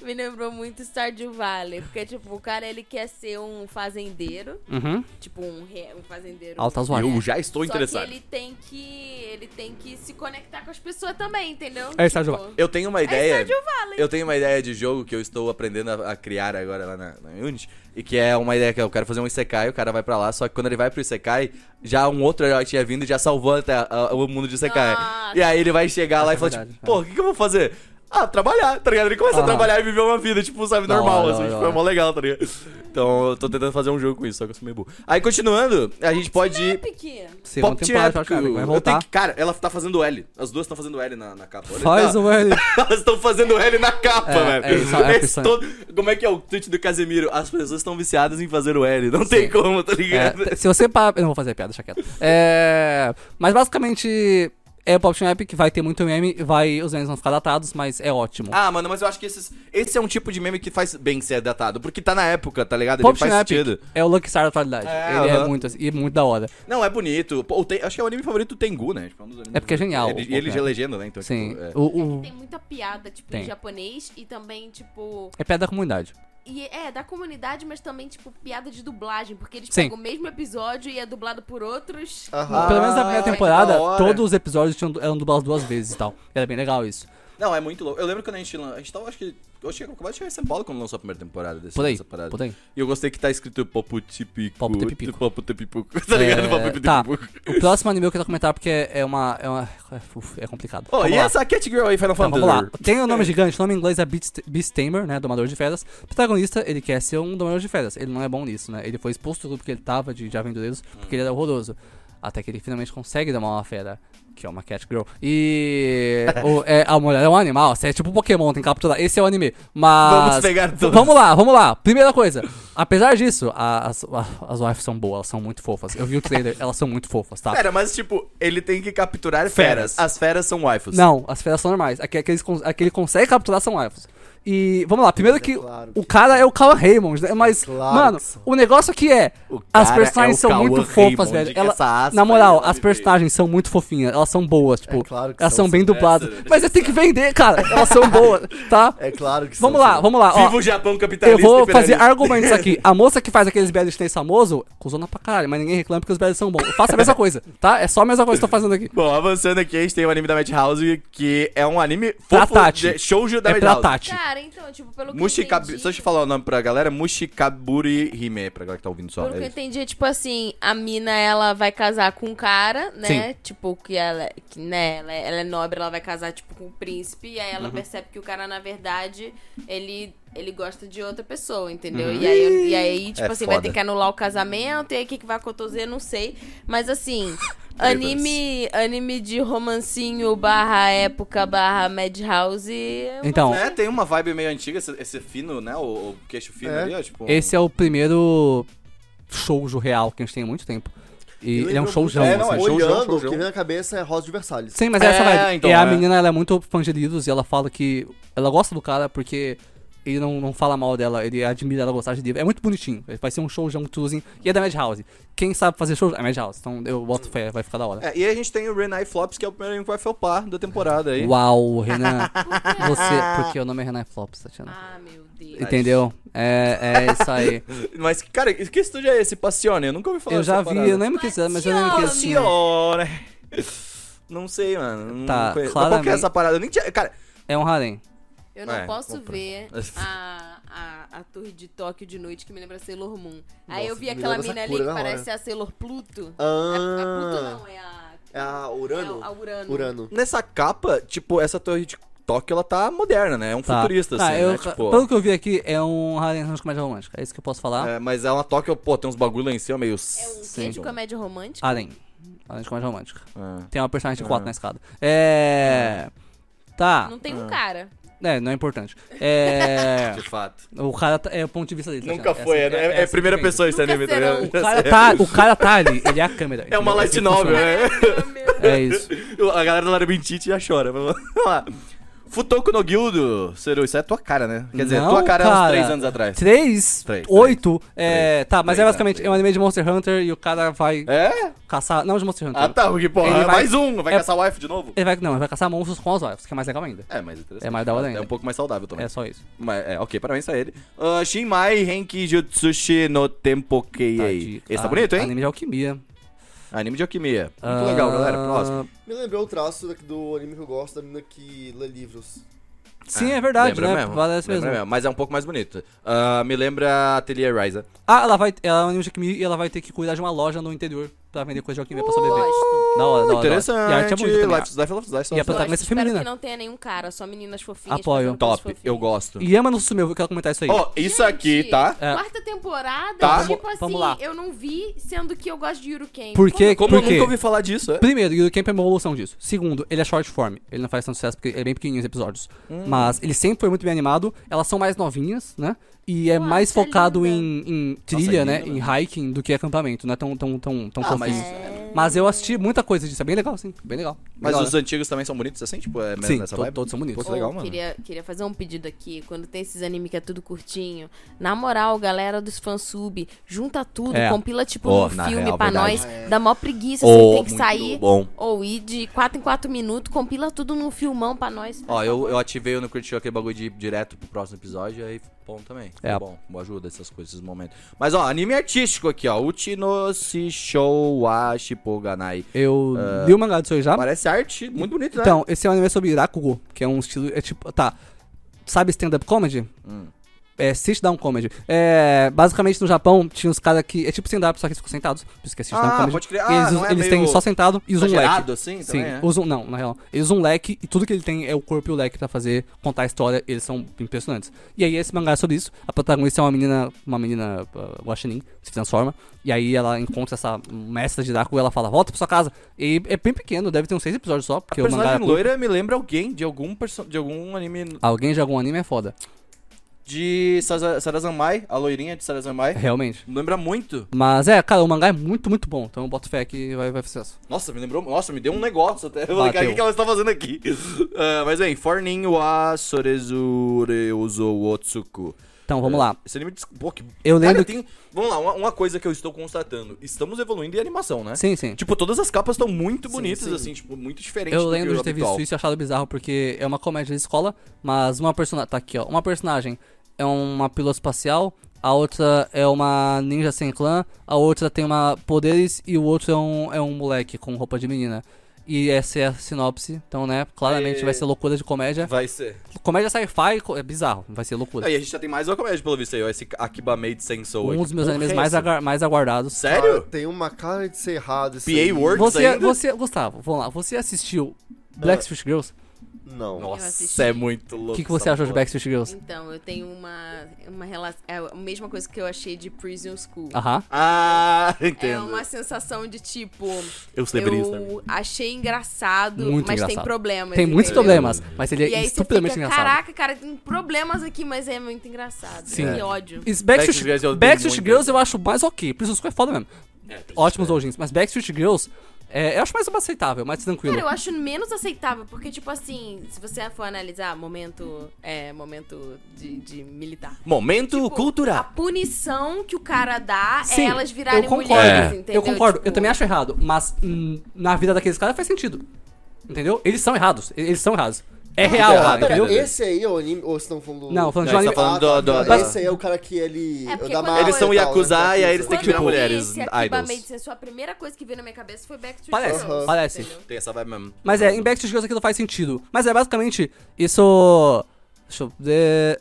Me lembrou muito Stardew Valley. Porque, tipo, o cara ele quer ser um fazendeiro.
Uhum.
Tipo, um, re- um fazendeiro.
Altas horas.
Eu já estou
Só
interessado.
que ele tem que. Ele tem que se conectar com as pessoas também, entendeu? Tipo,
É Stardew Valley.
Eu tenho uma ideia. é
Stardew Valley.
eu tenho uma ideia de jogo que eu estou aprendendo a, a criar agora lá na, na Unity. E que é uma ideia que eu quero fazer um Isekai, o cara vai pra lá, só que quando ele vai pro Isekai, já um outro herói tinha vindo e já salvou até a- a- o mundo de Isekai.
Nossa.
E aí ele vai chegar lá
Ah,
e
é
falar,
verdade,
tipo, pô, o que, que eu vou fazer? Ah, trabalhar, tá ligado? Ele começa a
Ah.
trabalhar e viver uma vida, tipo, sabe,
Da
normal,
hora,
assim,
da
tipo,
hora.
é mó legal, tá ligado? Então eu tô tentando fazer um jogo com isso, só que eu sou meio burro. Aí continuando, a gente pode ir.
Pequeno.
Segunda
Pop
temporada,
Champ,
eu acho que vai
eu
voltar.
tenho que- cara, ela tá fazendo L. As duas estão fazendo L na, na capa. Olha.
*laughs* Faz um
Não,
o
*laughs*
L.
Elas estão fazendo L na capa,
É, é
velho.
isso, é
Esse
isso.
todo- Como é que é o tweet do Casemiro? As pessoas estão viciadas em fazer o L. Não tem como, tá ligado?
É, se você parar. Eu não vou fazer piada, deixa quieto. É, mas basicamente é o Pop Team App que vai ter muito meme, vai, os memes vão ficar datados, mas é ótimo.
Ah, mano, mas eu acho que esses, esse é um tipo de meme que faz bem ser datado. Porque tá na época, tá ligado? Ele
Pop
faz
Team App
sentido.
é o Lucky Star da atualidade.
É,
Ele é
aham.
muito assim, e muito da hora.
Não, é bonito. Pô, o Ten- acho que é o anime favorito do Tengu, né? Tipo, um dos animes
É porque é genial,
favoritos.
o
Ele, ele já
Pop
é
Team.
legenda, né? Então,
Sim.
tipo, é.
O, o-
Tem muita piada, tipo,
Tem.
em japonês e também, tipo.
é piada da comunidade.
E é, da comunidade, mas também, tipo, piada de dublagem. Porque eles
Sim.
pegam o mesmo episódio e é dublado por outros.
Aham.
Pelo menos na primeira
Ah, que
temporada,
da hora.
todos os episódios tinham, eram dublados duas vezes e tal. Era bem legal isso.
Não, é muito louco. Eu lembro quando a gente lançou. A gente tava, acho que. Eu achei que acabou de chegar em São Paulo quando lançou a primeira temporada desse,
Por aí,
dessa parada.
por aí.
E eu gostei que tá escrito Popo Tipico.
Popo Tipipico.
Popo Tipipico, *laughs* Tá ligado?
É,
Popo
tá.
Tipipico.
O próximo anime eu quero comentar porque é é uma. É, uma, é, uf, é complicado.
Pô,
Vamos
e
lá.
essa Cat Girl aí, Final
Tá,
Fantasy?
vamos lá. Tem o nome gigante, o nome em inglês é Beast, Beast Tamer, né? Domador de feras. O protagonista, ele quer ser um domador de feras. Ele não é bom nisso, né? Ele foi expulso do grupo que ele tava de, de aventureiros porque ele era horroroso. Até que ele finalmente consegue domar uma fera, que é uma Cat Girl.
*laughs*
E. o- é, a mulher é um animal, você é tipo um Pokémon, tem que capturar. Esse é o anime. Mas.
Vamos pegar todos.
Vamos lá, vamos lá. Primeira coisa, apesar disso, a- as, a- as wives são boas, elas são muito fofas. Eu vi o trailer, elas são muito fofas, tá?
Pera, mas tipo, ele tem que capturar feras.
Feras.
As feras são waifus.
Não, as feras são normais. É Aqui, aqueles, cons- aquele consegue capturar são elfos. E vamos lá, primeiro que,
claro
o cara é o Kawa Raymond, né? Mas,
claro
mano,
que são.
o negócio aqui é.
O
As
cara
personagens
é o
são
Kawan
muito
Raymond,
fofas, velho.
que
Ela,
essa aspa
na
aí,
moral,
ela
as
me
personagens são muito fofinhas, elas são boas, tipo,
claro que
elas
são,
são bem
sim.
dubladas. Mas você tem que vender, cara. Elas são boas, tá?
É claro que
Vamos
são,
lá,
sim.
vamos lá. ó.
Viva o Japão
Eu
capitalista.
vou fazer
imperialista.
argumentos aqui. A moça que faz aqueles BL chinês famoso, cuzona pra caralho, mas ninguém reclama porque os BLs são bons. Eu faço a mesma coisa, tá? É só a mesma coisa que eu tô fazendo aqui.
Bom, avançando aqui, a gente tem o anime da Madhouse, que é um anime
Pra
fofo
Tati.
de shoujo da
É pra
Madhouse.
Tati.
Cara, então, tipo, pelo que eu
Mushikab...
entendi...
Só deixa eu falar o nome pra galera. Mushikaburi Hime, pra galera que tá ouvindo só.
Pelo que eu
É isso.
entendi, é tipo assim, a mina, ela vai casar com um cara, né?
Sim.
Tipo, que ela, que, né, ela, é- ela é nobre, ela vai casar, tipo, com um príncipe. E aí ela percebe que o cara, na verdade, ele, ele gosta de outra pessoa, entendeu? E, aí, e aí, tipo
É
assim,
foda.
vai ter que anular o casamento. E aí, o que, que vai acontecer, eu não sei. Mas, assim, anime, anime de romancinho barra época barra Madhouse... é uma
Então,
Né, tem uma vibe meio antiga, esse, esse fino, né? O, o queixo fino
É.
ali, ó, tipo...
esse é o primeiro showjo real que a gente tem há muito tempo. E ele é um showzão.
É, não,
assim.
é
showzão,
olhando, o
showzão.
que vem na cabeça é Rosa de Versalhes.
Sim, mas é essa
É,
vibe.
então,
e a
é.
menina, ela é muito fã de livros e ela fala que ela gosta do cara porque ele não, não fala mal dela, ele admira ela gostar de livro. É muito bonitinho. Vai ser um show Jung Tuzin e é da Madhouse. Quem sabe fazer show é Madhouse, então eu boto fé, vai ficar da hora.
É, e aí a gente tem o Renai Flops, que é o primeiro anime que vai felpar da temporada aí.
Uau, Renan. Você, porque o nome é Renan Flops, Tatiana.
Ah, meu Deus.
Entendeu? É, é isso aí.
Mas, cara, que estúdio é esse? Passione? Eu nunca ouvi falar
eu
dessa
já vi,
parada.
eu lembro que esse mas eu lembro que esse tinha.
Senhora! *laughs* Não sei, mano. Não
Tá,
conheço. Mas Qual que é
claramente-
essa parada? Eu nem tinha... Cara,
É um harem.
Eu não
É,
posso
compra.
ver a, a, a torre de Tóquio de noite que me lembra Sailor Moon. Aí eu
Nossa,
vi
me
aquela
lembra
mina ali
Sakura
que
na hora.
parece a Sailor Pluto. A, a Pluto
Ah,
não, é a...
é a Urano?
É a Urano.
Urano.
nessa capa, tipo, essa torre de Tóquio, ela tá moderna, né? É um
Tá.
futurista,
Tá,
assim,
eu-
né? Tipo...
Pelo que eu vi aqui, é um harem de comédia romântica. É isso que eu posso falar.
É, mas é uma Tóquio, pô, tem uns bagulho lá em cima meio...
É um quê
Sim.
de comédia romântica?
Harem. Harem de comédia romântica.
É.
Tem uma personagem de 4 na escada. É. Tá.
Não tem um cara.
É, não é importante.
*laughs*
É.
De fato.
o cara tá- é o ponto de vista dele. tá
Nunca
ligado?
foi,
assim-
é, é,
assim
a primeira
que vem.
pessoa esse
Nunca
anime, tá
serão.
ligado?
O
*laughs*
cara, tá, o cara tá ali, ele é a câmera.
É uma
entendeu?
light
assim que
novel,
funciona.
né? *laughs*
É isso.
A galera do Larebintite já chora. Vamos lá. Futoku no Guildo, Seru, isso é tua cara, né? Quer dizer,
Não,
tua cara, há uns
cara.
três anos atrás.
Três?
Três,
Oito? é, tá, mas
Três, né?
é basicamente
três.
é um anime de Monster Hunter e o cara vai
É?
caçar. Não, de Monster Hunter.
Ah tá, porque porra,
Então. Ele vai-
mais um, vai
é-
caçar wife de novo?
Ele vai, não, ele vai caçar monstros com as wives, que é mais legal ainda.
É, mais interessante.
É mais da hora ainda.
É um pouco mais saudável também.
É só isso.
Mas, é, ok, parabéns a ele. Ah, Shinmai Renki Jutsushi no Tempo Kei.
de-
Esse tá
ah,
bonito, hein? Anime,
Anime de alquimia.
de alquimia. Muito
Ah,
legal, galera. Próximo.
Me lembrou o traço da- do anime que eu gosto, da menina que lê livros.
Sim,
Ah,
é verdade,
lembra
né?
Mesmo.
Parece
Lembra
mesmo.
Mas é um pouco mais bonito. Ah, me lembra Atelier Ryza.
Ah, ela vai. Ela é um anime de alquimia e ela vai ter que cuidar de uma loja no interior pra vender coisa de alquimia pra sobreviver.
Gosto.
Da hora, da hora. da hora.
Interessante.
E a arte é bonita também.
Life is Life, Life is Life.
E a
Life is Life.
protagonista é
Espero
feminina.
que não tenha nenhum cara, só meninas fofinhas.
Apoio. um
fazendo coisas
Top,
fofinhas.
eu gosto.
E ama no Sumeu, eu quero comentar isso aí.
Ó, isso aqui,
Gente,
tá?
É.
Quarta temporada,
Tá.
tipo
Vamos-
assim,
vamos lá.
eu não vi, sendo que eu gosto de Yuruken.
Por quê?
Como
por
eu
quê?
nunca ouvi falar disso, é?
Primeiro, Yuri Camp é uma evolução disso. Segundo, ele é short form. Ele não faz tanto sucesso porque ele é bem pequenininho os episódios.
Hum.
Mas ele sempre foi muito bem animado. Elas são mais novinhas, né? E é
Nossa,
mais focado
linda.
em, em trilha,
Nossa, é
né?
lindo,
Em hiking do que acampamento. Não é tão, tão, tão, tão
Ah, mas,
fofinho.
É.
Mas... eu assisti muita coisa disso. É bem legal, sim. Bem legal.
mas
Legal,
os
né?
antigos também são bonitos, assim? Tipo, é
Sim,
nessa
to-
vibe?
todos são bonitos.
Pô, que legal,
Ô,
mano.
Queria, queria fazer um pedido aqui. Quando tem esses anime que é tudo curtinho, na moral, galera dos fansub, junta tudo,
É.
compila tipo
Ô,
um
na
filme
real,
pra
verdade.
nós, dá mó preguiça,
Ô,
você tem que
muito
sair.
bom.
Ou ir de 4 em 4 minutos, compila tudo num filmão pra nós.
Ó, eu, eu ativei no Crit Show aquele bagulho de ir direto pro próximo episódio, aí bom também. Tá
É.
Bom, boa ajuda essas coisas, esses momentos. Mas ó, anime artístico aqui, ó. Uchino Sishou wa Shippoganai.
Eu li o mangá disso aí já.
Ah, Parece arte muito bonito, né?
Ah. Então, esse é um anime sobre Rakugo, que é um estilo. É tipo. Tá. Sabe stand-up comedy?
Hum.
É sit-down comedy. É, basicamente no Japão tinha os caras que. É tipo stand-up, só que eles ficam sentados. Por isso que é sit-down
Ah,
comedy.
pode crer.
E
Ah,
eles
não é
eles
meio
têm só sentado e usam um leque.
exagerado assim
Sim,
também, é?
usam. Não, na real. Eles usam um leque e tudo que ele tem é o corpo e o leque pra fazer, contar a história. Eles são impressionantes. E aí esse mangá é sobre isso. A protagonista é uma menina. Uma menina uh, guaxinim, se transforma. E aí ela encontra essa mestra de Rakugo e ela fala: volta pra sua casa. E é bem pequeno, deve ter uns seis episódios só,
A
porque o mangá é
personagem
curto.
loira me lembra alguém de algum, perso- de algum anime
Alguém de algum anime é foda.
de Sara- Sarazanmai, a loirinha de Sarazanmai.
Realmente.
Lembra muito.
Mas é, cara, o mangá é muito, muito bom. Então eu boto fé que vai, vai sucesso.
Nossa, me lembrou. Nossa, me deu um negócio até. *laughs* Eu falei,
Bateu.
cara, o que que ela está fazendo aqui? *laughs* Ah, mas bem, Fornin wa Sorezure Otsuku.
Então
É.
vamos lá.
Esse anime. de- Pô, que...
Eu lembro
Cara, tem... Vamos lá, uma, uma coisa que eu estou constatando. Estamos evoluindo em animação, né?
Sim, sim.
Tipo, todas as capas estão muito bonitas,
sim.
assim, tipo, muito diferentes.
Eu
do
lembro
que
de
o
ter
habitual.
visto isso e achado bizarro, porque é uma comédia de escola, mas uma personagem. Tá aqui, ó. Uma personagem é uma piloto espacial, a outra é uma ninja sem clã, a outra tem uma poderes e o outro é um, é um moleque com roupa de menina. E essa é a sinopse. Então, né, claramente
É.
vai ser loucura de comédia.
Vai ser.
Comédia sci-fi co- é bizarro, vai ser
Não,
loucura.
e a gente já tem mais uma comédia, pelo visto aí, ó. Esse Akiba Made Sem Soul.
Um
aqui.
dos meus
Porra,
animes
é
mais,
isso?
agar- mais aguardados.
Sério?
Cara, tem uma cara de ser errado isso aí.
PA Works
Você,
ainda?
você, Gustavo, vamos lá, você assistiu Blackstreet Girls?
Não.
Eu
Nossa,
assisti.
é muito louco.
O que, que você
essa
achou de
porra.
Blackstreet Girls?
Então, eu tenho uma, uma relação. É a mesma coisa que eu achei de Prison School.
Aham.
Ah, *laughs*
é
entendo. né?
uma sensação de tipo.
Eu celebrei isso também.
Eu achei engraçado,
Muito
mas tem
engraçado.
problemas.
Tem muitos
entendeu?
problemas, mas ele
E
é
aí você
estupidamente
fica,
engraçado.
caraca, cara, tem problemas aqui, mas é muito engraçado.
Sim.
Que ódio.
Isso,
Backstreet
Backstreet,
Girls eu odeio
Backstreet
muito.
Girls eu acho mais ok. Prison School é foda mesmo. Ótimos
é.
origins. Mas Backstreet Girls é, eu acho mais aceitável, mais tranquilo.
Cara, eu acho menos aceitável, porque, tipo assim, se você for analisar momento, é, momento de, de militar.
Momento
Tipo, A
cultural.
punição que o cara dá
Sim,
é elas virarem
eu concordo.
mulheres,
É.
entendeu?
eu concordo,
Tipo,
eu também acho errado, mas hum, na vida daqueles caras faz sentido. Entendeu? Eles são errados, e- eles são errados. É real
Pera,
lá,
pera,
entendeu?
esse aí é o anime. Ou vocês estão falando.
Não,
Não,
falando de um
a gente
anime.
tá falando do- do-
Ah,
do-
Esse aí é o cara que ele.
É, porque
da
quando
máfia
eles
e
são
tal, né,
Yakuza,
aquela
e aí
coisa.
eles têm
Quando
que virar
eu vi
mulheres,
esse Akiba
idols.
Made Sensu, a primeira coisa que veio na minha cabeça foi Backstreet
Parece,
Girls,
parece.
entendeu?
Tem essa vibe mesmo.
Mas é, em Backstreet Girls aquilo faz sentido. Mas é basicamente isso. Deixa eu ver.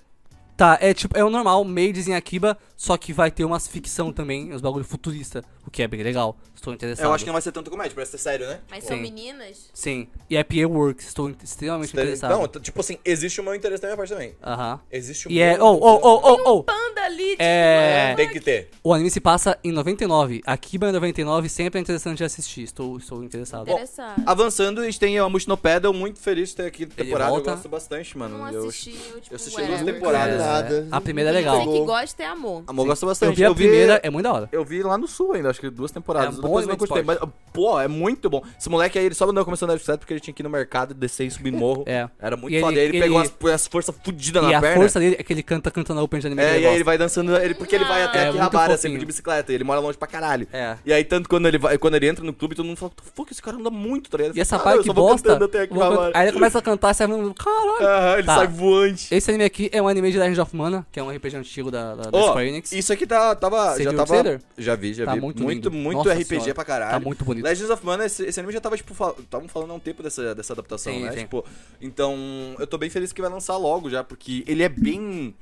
Tá, é tipo, é o normal, Maids em Akiba, só que vai ter umas ficção também, uns bagulho futurista, o que é bem legal. Estou interessado.
Eu acho que é um não vai ser tanto comédia, parece ser sério, né?
Mas são
Sim.
meninas?
Sim. E é PA Works, estou extremamente interessado.
Não, t- tipo assim, existe o meu interesse da minha parte também.
Aham.
Existe o
E
meu
é. Oh, oh, oh, oh, oh!
Panda ali, tipo,
É.
Tem que ter.
O anime se passa em 99. Akiba em 99 sempre é interessante de assistir. Estou, estou interessado.
interessado.
Avançando, a gente tem a Mushino Pedal, muito feliz de ter aqui temporada. Eu
volta.
gosto bastante, mano.
não
eu
assisti, eu, tipo,
eu assisti
ué,
duas
nunca.
temporadas.
É. Nada.
a primeira é
Você
legal.
que gosta é amor.
Amor, gosto bastante.
Eu vi a primeira, é muito da hora.
Eu vi lá no sul ainda, acho que duas temporadas.
É
É
bom
Depois eu não
evento
gostei. Mas, pô, é muito bom. Esse moleque aí, ele só não começou na F7 porque ele tinha que ir no mercado, descer e subir morro.
É.
Era muito
E ele-
foda. Ele,
ele-
pegou as, as forças fodidas
E
na
a
perna.
força dele é que ele canta cantando a open de anime. que
É,
ele
e aí
gosta.
ele vai dançando, ele, porque ele vai até
É,
aqui
muito
Akihabara,
fofinho.
sempre de bicicleta, ele mora longe pra caralho.
É.
E aí, tanto quando ele, vai, quando ele entra no clube, todo mundo fala, fuck, esse cara anda muito, tá ligado?
E essa
Cara,
parte
eu
que
só vou
bosta.
cantando até
vou can-
Akihabara.
Aí ele começa a cantar, você vai. Caralho.
Aham, ele
Tá.
sai voante.
Esse anime aqui é um anime de Legend of Mana, que é um RPG antigo da, da, da
Ó,
Square Enix.
isso aqui tá, tava,
Você
já
viu o
tava...
trailer?
Já vi, já
Tá
vi.
muito
muito,
lindo.
muito
Nossa
RPG
senhora.
pra caralho.
Tá muito bonito.
Legends of Mana, esse, esse anime já tava, tipo, estavam falando há um tempo dessa, dessa adaptação,
Sim,
né?
sim.
Tipo, então, eu tô bem feliz que vai lançar logo já, porque ele é bem...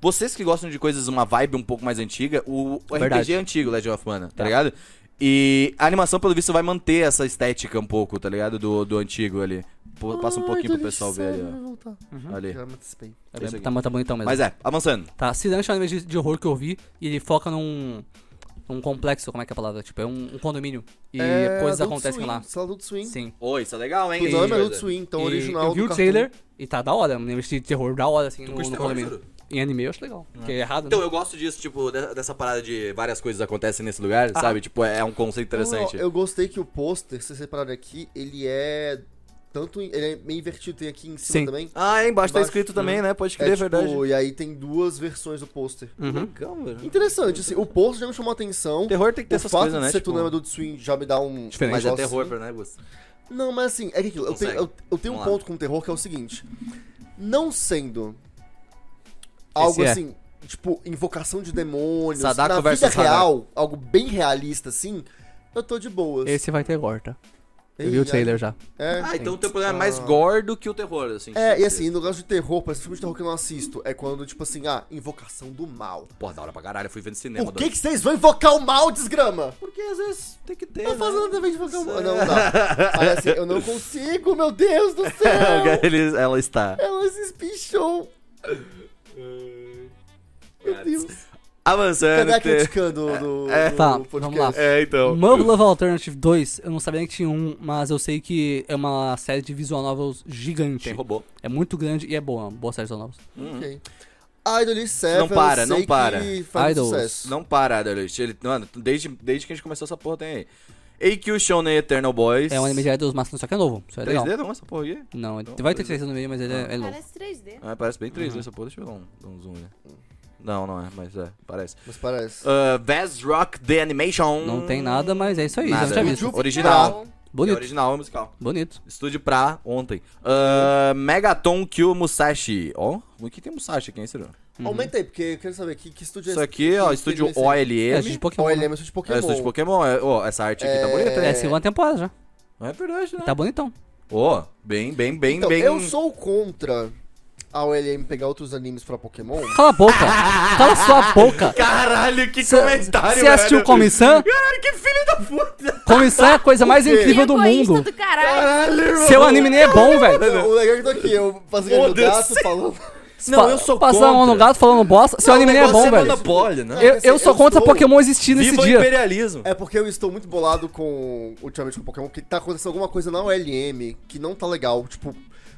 Vocês que gostam de coisas, uma vibe um pouco mais antiga, o, o RPG
Verdade.
é antigo, Legend of Mana, tá,
Tá.
ligado? E a animação, pelo visto, vai manter essa estética um pouco, tá ligado? Do, do antigo ali. Pô, passa um
Ai,
pouquinho
tô
pro pessoal ver
lixado,
ali,
vai voltar.
ó. Ali.
Já me antecipei.
É
esse aqui.
bem, tá, tá bonitão mesmo.
Mas é, avançando.
Tá, Silent é um anime de, de horror que eu vi e ele foca num. num complexo, como é que é a palavra? Tipo, é um, um condomínio. E
É,
coisas
Adult
acontecem
Swim,
lá.
Isso é Adult Swim.
Sim.
Ô, isso é legal, hein?
O nome é
Coisa.
Adult Swim, então
E
original
Eu vi
do
o
cartoon.
trailer e tá da hora, um anime de terror da hora, assim, no,
curte
no
terror,
condomínio.
Ciro?
Em anime eu acho legal. Porque é errado.
Então,
né?
eu gosto disso, tipo, de- dessa parada de várias coisas acontecem nesse lugar, sabe? Tipo, é é um conceito interessante.
Eu, eu gostei que o pôster, se vocês repararem aqui, ele é tanto. Ele é meio invertido, tem aqui em cima
Sim.
também.
Ah, é, embaixo, tá
Embaixo.
escrito também, né? Pode
É,
crer, é,
tipo,
verdade.
E aí tem duas versões do pôster.
Uhum.
Legal, velho.
Interessante, assim, o pôster já me chamou a atenção.
Terror tem que ter
O
essas
fato
coisas,
de
né?
ser
Tipo,
Tunama do Swing já me dá um.
Diferente,
mas
mais
é terror, pra- né, Gus?
Não, mas assim, é que aquilo. Eu tenho,
Consegue.
eu, eu tenho um
Vamos lá.
ponto com o terror que é o seguinte: não sendo algo
é.
assim, tipo, invocação de demônios,
Sadako
na vida
versus Sadako.
real, algo bem realista assim, eu tô de boas.
Esse vai ter gorta. Eu
Ei,
vi o
já-
trailer já.
É.
Ah, então o teu problema é mais gore do que o terror, assim.
É,
tipo,
e assim, no caso de terror, parece filme de terror que eu não assisto. É quando, tipo assim, ah, invocação do mal.
Porra, da hora pra caralho, eu fui ver no cinema.
Por que, que vocês vão invocar o mal, desgrama?
Porque às vezes tem que ter. né?
Não
*laughs*
faz nada a ver de invocar o mal. Não, não dá. Parece, eu não consigo, meu Deus do
*laughs*
céu! *laughs*
Ele, ela está.
Ela se espichou. Meu Deus.
Avançando.
Cadê a
tem-
crítica do, do, do
Tá,
podcast?
vamos lá.
É, então.
Love Love Alternative 2, eu não sabia nem que tinha um, mas eu sei que é uma série de visual novels gigante.
Tem robô.
É muito grande e é boa, boa série de visual novels.
Ok. Idol 7.
Não para,
eu
não
sei
para.
Que faz
Idols.
sucesso.
Não para, Adolescente. Ele, mano, desde, desde que a gente começou essa porra tem aí. AQ Shonen Eternal Boys.
É um anime de idols, mas só que é novo. Isso é legal.
3D não, essa porra aqui?
Não, ele- vai ter 3D no meio, mas ele é, é novo.
Parece 3D.
Ah, parece bem
Uhum.
3D essa porra. Deixa eu dar um, dar um zoom ali. Não, não é, mas é, parece.
Mas parece.
Uh, Vaz Rock The Animation.
Não tem nada, mas é isso aí.
Nada.
Já tinha visto.
Juju-
Original. É
Bonito,
original é musical.
bonito.
Estúdio pra ontem. Uh, Megaton Kill Musashi. Ó, o que tem Musashi aqui, hein, Ciro?
Aumenta aí, porque eu quero saber que, que estúdio é
Isso
esse?
aqui, ó,
que
estúdio
estúdio é
OLM.
É de Pokémon.
Olha, ele
né?
é meu estúdio de
É,
Pokémon.
estúdio de Pokémon. É, ó, essa arte aqui tá
É.
bonita,
É
hein?
a segunda temporada já.
Não é verdade, né?
Tá bonitão.
Ô, bem, bem, bem,
Então,
bem.
eu sou contra a OLM pegar outros animes pra Pokémon. *laughs*
Cala
*laughs*
a boca. Cala sua boca.
Caralho, que
Cê-
comentário,
Você assistiu
velho.
Comissão?
Caralho, que filho da puta!
Comissão é a coisa mais
quê?
incrível do
Egoísta
mundo.
do caralho.
Caralho, irmão.
Seu anime nem é bom, velho.
Não, o legal é que eu tô aqui, eu passei no gato
Foda-se.
falando. *laughs*
Não, eu sou
Passando a mão no
contra.
gato falando bosta. Seu anime nem é bom, velho.
monopólio, né?
Eu,
Assim,
eu sou
eu
contra
sou-
Pokémon existir nesse
Viva o
dia.
imperialismo.
É porque eu estou muito bolado com ultimamente com Pokémon, porque tá acontecendo alguma coisa na OLM que não tá legal. Tipo,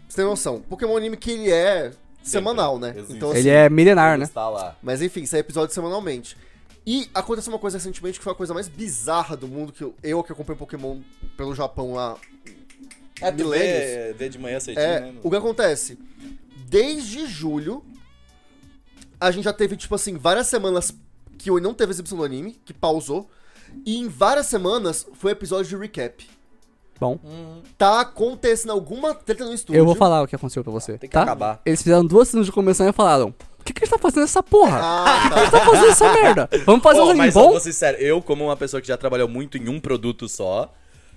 você tem noção, Pokémon é um anime que ele é semanal, né?
Existe.
Ele é milenar, né?
Está lá.
Mas enfim, sai episódio semanalmente. E aconteceu uma coisa recentemente que foi a coisa mais bizarra do mundo, que eu, eu que acompanho Pokémon pelo Japão lá.
É, tu vê,
Milênios.
vê de manhã cedinho,
É,
né? mano?
o que acontece? Desde julho, a gente já teve, tipo assim, várias semanas que não teve exibição do anime, que pausou. E em várias semanas foi episódio de recap.
Bom,
Tá acontecendo alguma treta no estúdio.
eu vou falar o que aconteceu pra você.
Tem que
tá?
acabar.
Eles fizeram duas cenas de Comissão e falaram: O que, que a gente tá fazendo essa porra?
Ah, tá.
Por que a gente tá fazendo essa merda? Vamos fazer
Pô,
um anime
mas eu
bom?
vou ser sincero, eu como uma pessoa que já trabalhou muito em um produto só,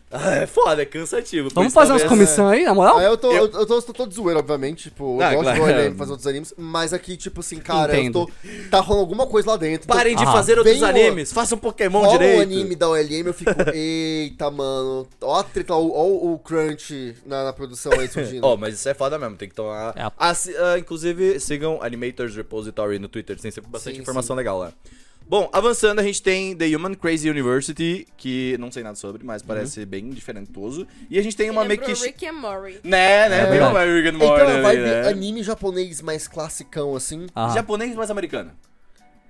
*laughs* ah, é foda, é cansativo. Por
Vamos
isso é-
fazer umas
talvez-
comissão aí, na moral?
Aí eu tô, eu...
Ah, Eu-
eu tô, eu tô todo zoeiro, obviamente. Tipo,
Ah,
eu gosto de
claro.
do anime, fazer outros animes. Mas aqui, tipo assim, cara,
Entendo.
eu tô. Tá rolando alguma coisa lá dentro. então,
Parem de
Ah,
fazer outros
vem o-
animes, façam Pokémon
rola
direito.
o anime da OLM, eu
*laughs*
fico, eita, mano. Ó a treta, ó, o- ó o crunch na, na produção aí surgindo.
Ó, mas isso é foda mesmo, tem que tomar.
É.
Ah, se- ah, inclusive, sigam Animators Repository no Twitter, tem sempre bastante
Sim,
informação legal lá. Bom, avançando, a gente tem The Human Crazy University, que não sei nada sobre, mas
Uhum.
parece bem diferentoso. E a gente tem uma meio que.
Lembrou Rick and Morty.
Né, né?
É
Tem
verdade.
uma Rick and
então,
Morty
a
ali,
vibe
né?
anime japonês mais classicão, assim.
Ah,
Japonês mais americana.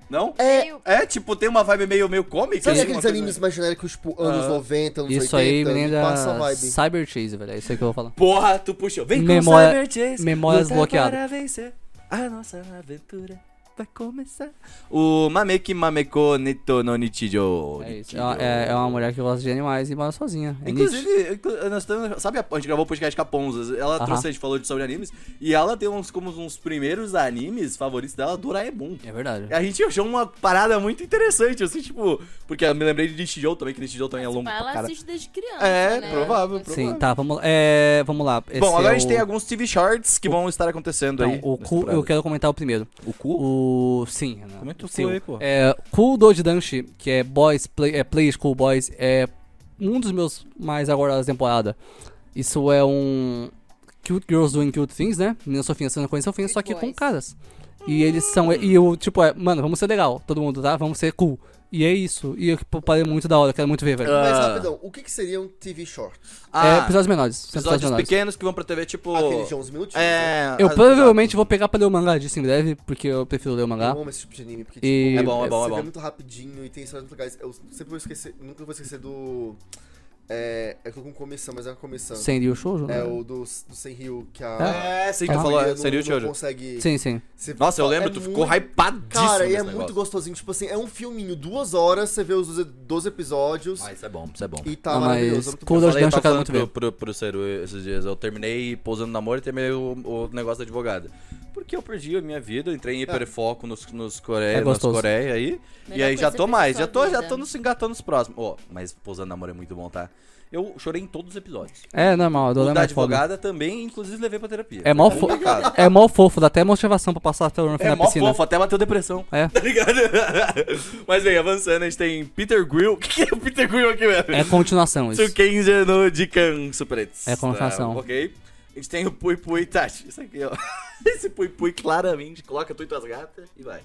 Não?
É.
Meio-
É, tipo, tem uma vibe meio, meio cômica.
Sabe
assim,
aqueles
uma coisa-
animes mais genéricos, tipo, anos
Ah.
90, anos
isso
80?
aí me
me passa a
lembra
vibe.
Cyber Chase, velho. É isso aí que eu vou falar.
Porra, tu puxou. Vem
Memória-
com o Cyber Chase.
memórias
luta
bloqueadas.
Para vencer. A nossa aventura vai começar. O Mameki Mameko Neto no Nichijo.
É isso.
Nichijo.
É, uma- é- é uma mulher que gosta de animais e mora sozinha. É nítido.
Inclusive, inclu- nós estamos, sabe, a a gente gravou o podcast com a Ponza, ela
Aham.
trouxe, a gente falou de sobre animes, e ela tem uns, como uns primeiros animes favoritos dela, Doraemon.
É verdade.
A gente achou uma parada muito interessante, assim, tipo, porque eu me lembrei de Nichijou também, que Nichijou também é longo pra
Tipo, Ela
cara.
assiste desde criança,
É,
né?
provável, provável.
Sim, tá, vamos, lá. é, vamos lá. Esse
Bom, agora
é
a gente
o-
tem alguns TV Shorts que vão estar acontecendo
Não,
aí.
o
nessa
cu,
temporada.
eu quero comentar o primeiro.
O cu?
O. Sim, Renan.
Comenta o cu
Sim,
aí, pô.
É, Cool Dodge Danche, que é Boys, play, é Play School Boys, é um dos meus mais aguardados da temporada. Isso é um. Cute Girls Doing Cute Things, né? Meninas sofinhas sendo coisas sofinhas, só que com
boys.
caras. E eles são. E o tipo é, mano, vamos ser legal, todo mundo, tá? Vamos ser cool. E é isso. E eu pô, parei muito da hora, quero muito ver, velho.
Ah,
É,
Mas rapidão, o que, que seria um TV short?
Ah,
episódios menores. são
episódios
episódios menores.
pequenos que vão pra TV, tipo...
Aqueles de 11 minutinhos?
É...
né?
Eu
as-
provavelmente vou pegar pra ler o mangá disso em breve, porque eu prefiro ler o
um
mangá.
Eu amo esse tipo de anime, porque,
Tá. E-
tipo,
É
bom, é bom,
você
é
vê
bom.
muito rapidinho e tem histórias muito legais. Eu sempre vou esquecer, nunca vou esquecer do... É, é com comissão, mas é uma comissão.
Sem Ryu Shoujo, né?
É o do, do Senryu, que a...
É, sei que
Ah.
tu
a
falou,
mulher
seria o
não, não
Shoujo.
consegue...
Sim, sim.
Você
Nossa, eu
fala,
lembro,
é
tu ficou
muito-
hypadíssimo
Cara, e
nesse
é muito
negócio.
gostosinho. Tipo assim, é um filminho, duas horas, você vê os 12 12 episódios
Ah, isso é bom, isso é bom.
e tá
Não, mas
maravilhoso. é muito
quando
bom.
Eu
Todos
falei,
dão
eu tava
chocada
falando
muito bem.
pro, pro, pro Ceru esses dias. Eu terminei pousando namoro e terminei o, o negócio da advogada. Porque eu perdi a minha vida, entrei
É.
em hiperfoco nos, nos Coreia,
É
nas
gostoso.
Coreia aí. e
Melhor
aí já
coisa
tô
pra
mais,
sua
já tô, já
vida. né?
tô nos engatando nos próximos. Ó, mas pousando namoro é muito bom, tá? Eu chorei em todos os episódios.
É normal,
O
eu
da
mais foda.
advogada também, inclusive levei pra terapia.
É mó,
Foi
fo... *laughs*
complicado.
é mó fofo, dá até motivação pra passar até o no fim
É
da
mó
piscina.
fofo, até bateu depressão.
É.
*laughs* Tá ligado? Mas bem, avançando, a gente tem Peter Grill. *laughs* O que, que é o Peter Grill aqui, velho?
É continuação isso.
Tsukenja no Jikan Superets.
É confirmação.
Tá, ok. A gente tem o Pui Pui Tachi. Isso aqui, ó. *laughs* Esse Pui Pui claramente coloca tu e tuas gatas e vai.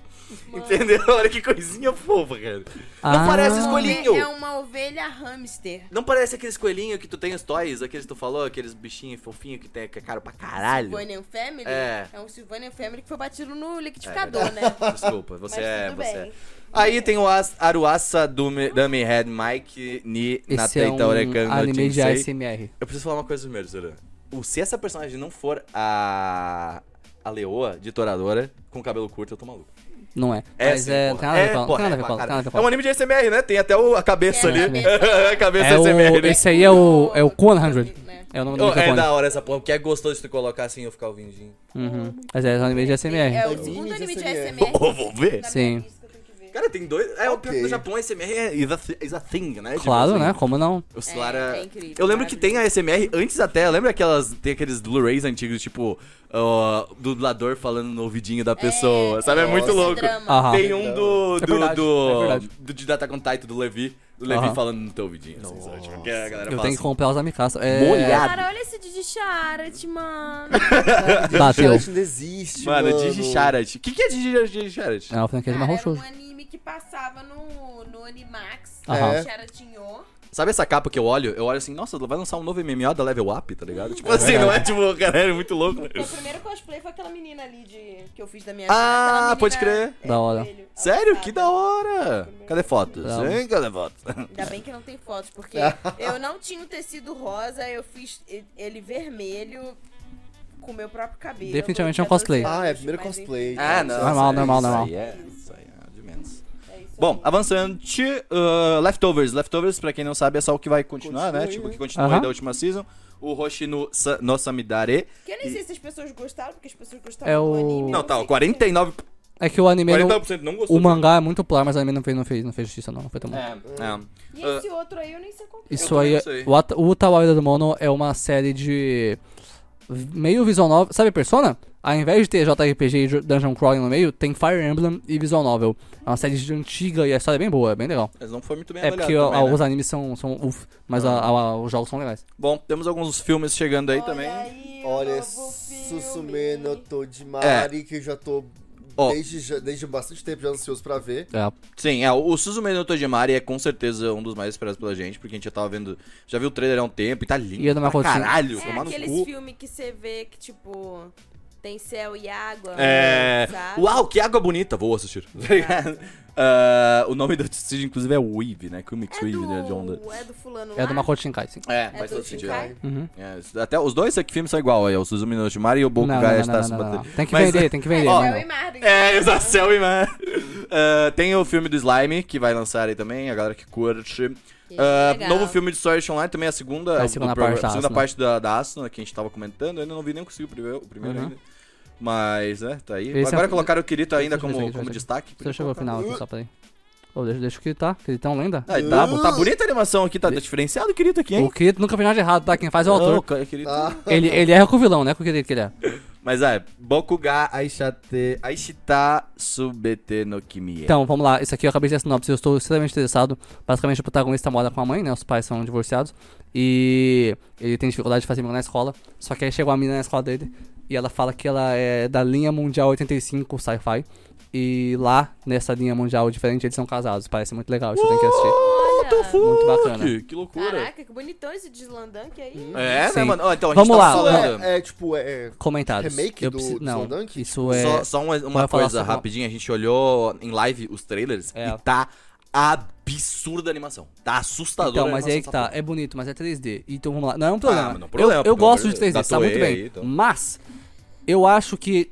Entendeu? *laughs* Olha que coisinha fofa, cara.
Ah.
Não parece
Uma
escolhinho.
ove- É uma ovelha hamster.
Não parece aqueles coelhinhos que tu tem os toys, aqueles que tu falou, aqueles bichinhos fofinhos que, tem, que é caro pra caralho.
Sylvanian Family?
É.
um Sylvanian Family que foi batido no
É
liquidificador, né?
verdade.
*laughs*
Desculpa, você
Mas
é.
tudo
Você
bem.
é. Aí tem o As- Aruasa Dume- Dummy Head Mike Ni
Esse é
Natei Taurekan
um
tá no
anime de
Jinsei.
ASMR.
Eu preciso falar uma coisa primeiro, Zuru. O Se essa personagem não for a. A leoa de toradora com cabelo curto, eu tô maluco.
Não é. Mas
sim,
é, não
porra.
tem nada a ver com ela.
porra,
Tem nada a ver
pra
com ela. Tem nada a
caralho.
ver com
É um
ela.
anime de SMR, né? Tem até o, a cabeça
É,
ali. *laughs*
é.
a cabeça
É
SMR.
o,
né?
esse aí é o, é o
Não,
100.
né?
É o nome do
Oh, é
microfone.
da hora essa porra, porque é gostoso de tu colocar assim e eu ficar ouvindo.
Uhum. Mas *laughs* é um anime de ASMR.
É o
Anime
segundo é
de
anime de
ASMR.
SMR.
vou ver.
Sim.
é Isso que eu tenho que ver.
Cara, tem dois. É, o pior
Ok.
do Japão, SMR é is a, thi- is a thing, né? Tipo
Claro,
assim,
né? Como não?
O celular é,
é incrível,
Eu lembro que tem a SMR antes até. Lembra aquelas. Tem aqueles Blu-rays antigos, tipo. ó, dublador falando no ouvidinho da pessoa. sabe? É muito
nossa.
louco.
Drama.
Ah.
Tem um do.
É
Do.
verdade, é
do,
verdade.
do de Data Contact do Levi. Do Levi
Aham.
falando no teu ouvidinho. Assim, sabe? Tipo, que a galera fala
Eu tenho que
assim,
comprar os amicastro. É,
Molhado.
Cara, olha esse de Charat, mano.
*laughs*
Bateu.
Charlotte não existe, mano.
Mano, Digi Charat. O que, que é Digi Digi Charat?
É uma franquia de
Cara,
marrom
era um
shoujo.
anime que passava no, no Animax.
Aham.
que era Tinho.
Sabe essa capa que eu olho? Eu olho assim, nossa, vai lançar um novo MMO da Level Up, tá ligado? Tipo assim, não é tipo, *laughs* caralho, é muito louco.
Meu primeiro cosplay foi aquela menina ali de, que eu fiz da minha
Ah,
Aquela menina-
pode crer.
é,
Da hora.
coelho,
Sério?
avançada.
Que da hora! Cadê fotos?
Não.
Hein? Cadê fotos?
Ainda bem que não tem fotos,
*laughs*
porque eu não tinha o tecido rosa, eu fiz e- ele vermelho com meu próprio cabelo.
Definitivamente é um
Eu tô de
cosplay.
14 anos,
Ah, é primeiro
mas enfim,
cosplay.
é
Ah, Normal,
isso
normal,
aí
normal.
é- Isso aí é de menos.
é isso
Bom,
aí.
avançando, uh, Leftovers. Leftovers, pra quem não sabe, é só o que vai continuar,
Continua
né?
aí,
Tipo, o que
né?
continua aí
Aham.
da última season. O Hoshi no, Sa, no Samidare.
Que eu nem sei se as pessoas gostaram, porque as pessoas gostaram
É
do
o-
anime.
Não, tá, ó,
sei.
49,
É que o anime. Não,
49% um não gostou.
o mangá é muito popular, mas o anime não fez, não fez, não fez justiça, não. Não foi um tão bom.
É, é.
E esse outro aí eu nem sei qual que é.
Isso
também
aí.
não
é-
sei.
O, At- o Tawaira do Mono é uma série de. Meio visual novel. Sabe Persona? Ao invés de ter JRPG e ju- Dungeon Crawling no meio, tem Fire Emblem e Visual Novel. É uma série de antiga e a história é bem boa, é bem legal.
Mas não foi muito bem
É
avaliado
porque
também, né?
alguns animes são, são uff, mas a- a- os jogos são legais.
Bom, temos alguns filmes chegando aí também.
aí, o
Olha,
novo
Susume
filme.
no Todimari, que eu já tô
É. Ó.
desde, já- desde bastante tempo já ansioso pra ver.
É,
Sim, é, o Suzume no Tojimari é com certeza um dos mais esperados pela gente, porque a gente já tava vendo, já viu o trailer há um tempo e tá lindo.
E eu não me
pra
aconselho.
caralho,
É
tomar no
aqueles
cu.
filmes que você vê que, tipo, tem céu e água.
É.
Sabe?
Uau, que água bonita, vou *laughs* assistir. Tá ligado? Ah, o nome do estúdio, inclusive, é Weave, né? Que o Mix
É
Weave né, de onda.
do, é do fulano
é
lá.
do Makoto Shinkai, sim.
É,
É
faz
do
todo sentido.
Shinkai?
Uhum.
É, isso- até os dois aqui filmes são igual, aí, o Suzume no Tojimari e o Boku
Não, não,
Gaia
não,
está
não,
se
não, não,
batendo.
não. Tem que
Mas-
vender, tem
*laughs*
que vender. né?
Céu
não.
e Marden.
então.
É, exato, Selma e *laughs* Man. Ah, tem o filme do Slime, que vai lançar aí também, a galera que curte. Ah,
legal.
novo filme de Sword Art Online, também a segunda,
É a
do
segunda
programa-
parte da
segunda
Asuna.
parte da, da Asuna, que a gente tava comentando. Eu ainda não vi nem consegui o primeiro, o primeiro
Uhum.
ainda. Mas, né, tá aí.
Esse
Agora
é-
colocaram o Kirito ainda
Deixa eu
como,
ver aqui,
como
deixa eu ver.
destaque.
Você chegou ao final aqui, só peraí. Ô, deixa, deixa o Kirito, tá? Kiritão lenda?
Ah, tá, tá bonita a animação aqui, tá diferenciado o Kirito aqui,
O
hein?
Kirito nunca fez nada de errado, tá? Quem faz é o
Ah, o
autor.
cara, Kirito.
Ah,
Ele, ele erra com o vilão, né? Com o Kirito que ele é.
Mas é, Bokuga Aishate, Aishita Subete no Kimie.
Então, vamos lá. Isso aqui eu acabei de ler a sinopse, eu estou extremamente interessado. Basicamente, o protagonista mora com a mãe, né? Os pais são divorciados. E ele tem dificuldade de fazer amigo na escola. Só que aí chegou a menina na escola dele e ela fala que ela é da linha mundial 85 sci-fi. E lá, nessa linha mundial diferente, eles são casados. Parece muito legal, isso eu tenho que assistir.
What the fuck?
Muito bacana.
Que, que loucura.
Caraca, que bonitão esse Dislandank aí.
É, né,
Sim.
mano? Ó, então, a gente
Vamos
tava
lá,
falando...
é, é, tipo, é. é-
Comentários.
Remake
eu
do-
preciso...
do
Não,
Soldank?
isso é...
Tipo, Só, só uma, uma
vai falar
coisa
sobre-
rapidinha, a gente olhou em live os trailers
É.
e tá absurda a animação. Tá assustadora
Então,
a
mas é
animação
aí que tá.
porra.
É bonito, mas é 3D. Então vamos lá. Não é um problema.
mas não é um problema,
eu
pelo
eu gosto
amor
de
de
3D,
Deus.
tá muito
Tatuei
bem.
aí, então.
Mas eu acho que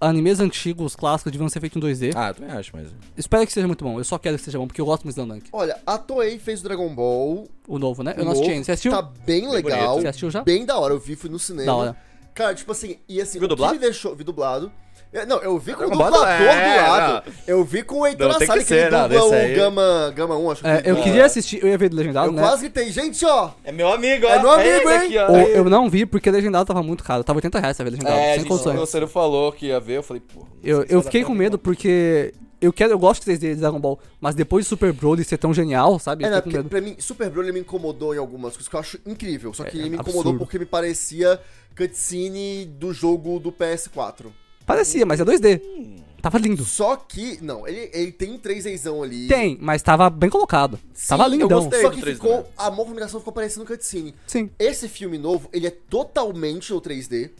animes antigos, clássicos, deviam ser feitos em 2D.
Ah, eu também acho, mas...
Espero que seja muito bom. Eu só quero que seja bom, porque eu gosto muito do Slam
Olha, a Toei fez o Dragon Ball.
O novo, né?
o
Eu não assisti
novo,
ainda. Você assistiu?
Tá bem legal.
bonito.
Você assistiu já?
Bem da hora. Eu vi, fui no cinema.
Da hora.
Cara, tipo assim, e assim,
Viu
o que
dublado?
me deixou. Vi dublado. Eu- Não, eu vi com o
Dragon Ball
dublador
é,
do lado. Eu vi com o Heitor
Não, tem que
Assali, que,
ser,
ele
não,
dubla
desse
o
aí.
Gama, Gama 1, acho que
É,
ele
eu
dubla.
queria assistir, eu ia ver do Legendado,
Eu
né?
quase gritei, gente, ó!
É meu amigo, ó.
É meu amigo,
esse
hein?
ó.
Ou eu não vi, porque Legendado tava muito caro. Tava 80 reais essa ver Legendado,
É, a
sem
gente, quando o
condições.
Ciro falou que ia ver, eu falei, pô... não
Eu,
sei se
eu
vai
fiquei
dar
com
pra
medo,
ver.
porque eu quero, eu gosto de 3D de Dragon Ball, mas depois de Super Broly ser tão genial, sabe?
É,
Eu
né,
fiquei com
porque
medo.
pra mim, Super Broly me incomodou em algumas coisas que eu acho incrível. Só que
É,
ele me
absurdo.
incomodou porque me parecia cutscene do jogo do PS4.
Parecia, mas é 2D.
Hum.
Tava lindo.
Só que, não, ele, ele tem um 3Dzão ali.
Tem, mas tava bem colocado.
Sim,
tava
eu
lindão.
gostei. Só
do
que
3D,
ficou,
né?
a movimentação ficou parecendo cutscene.
Sim.
Esse filme novo, ele é totalmente no 3D.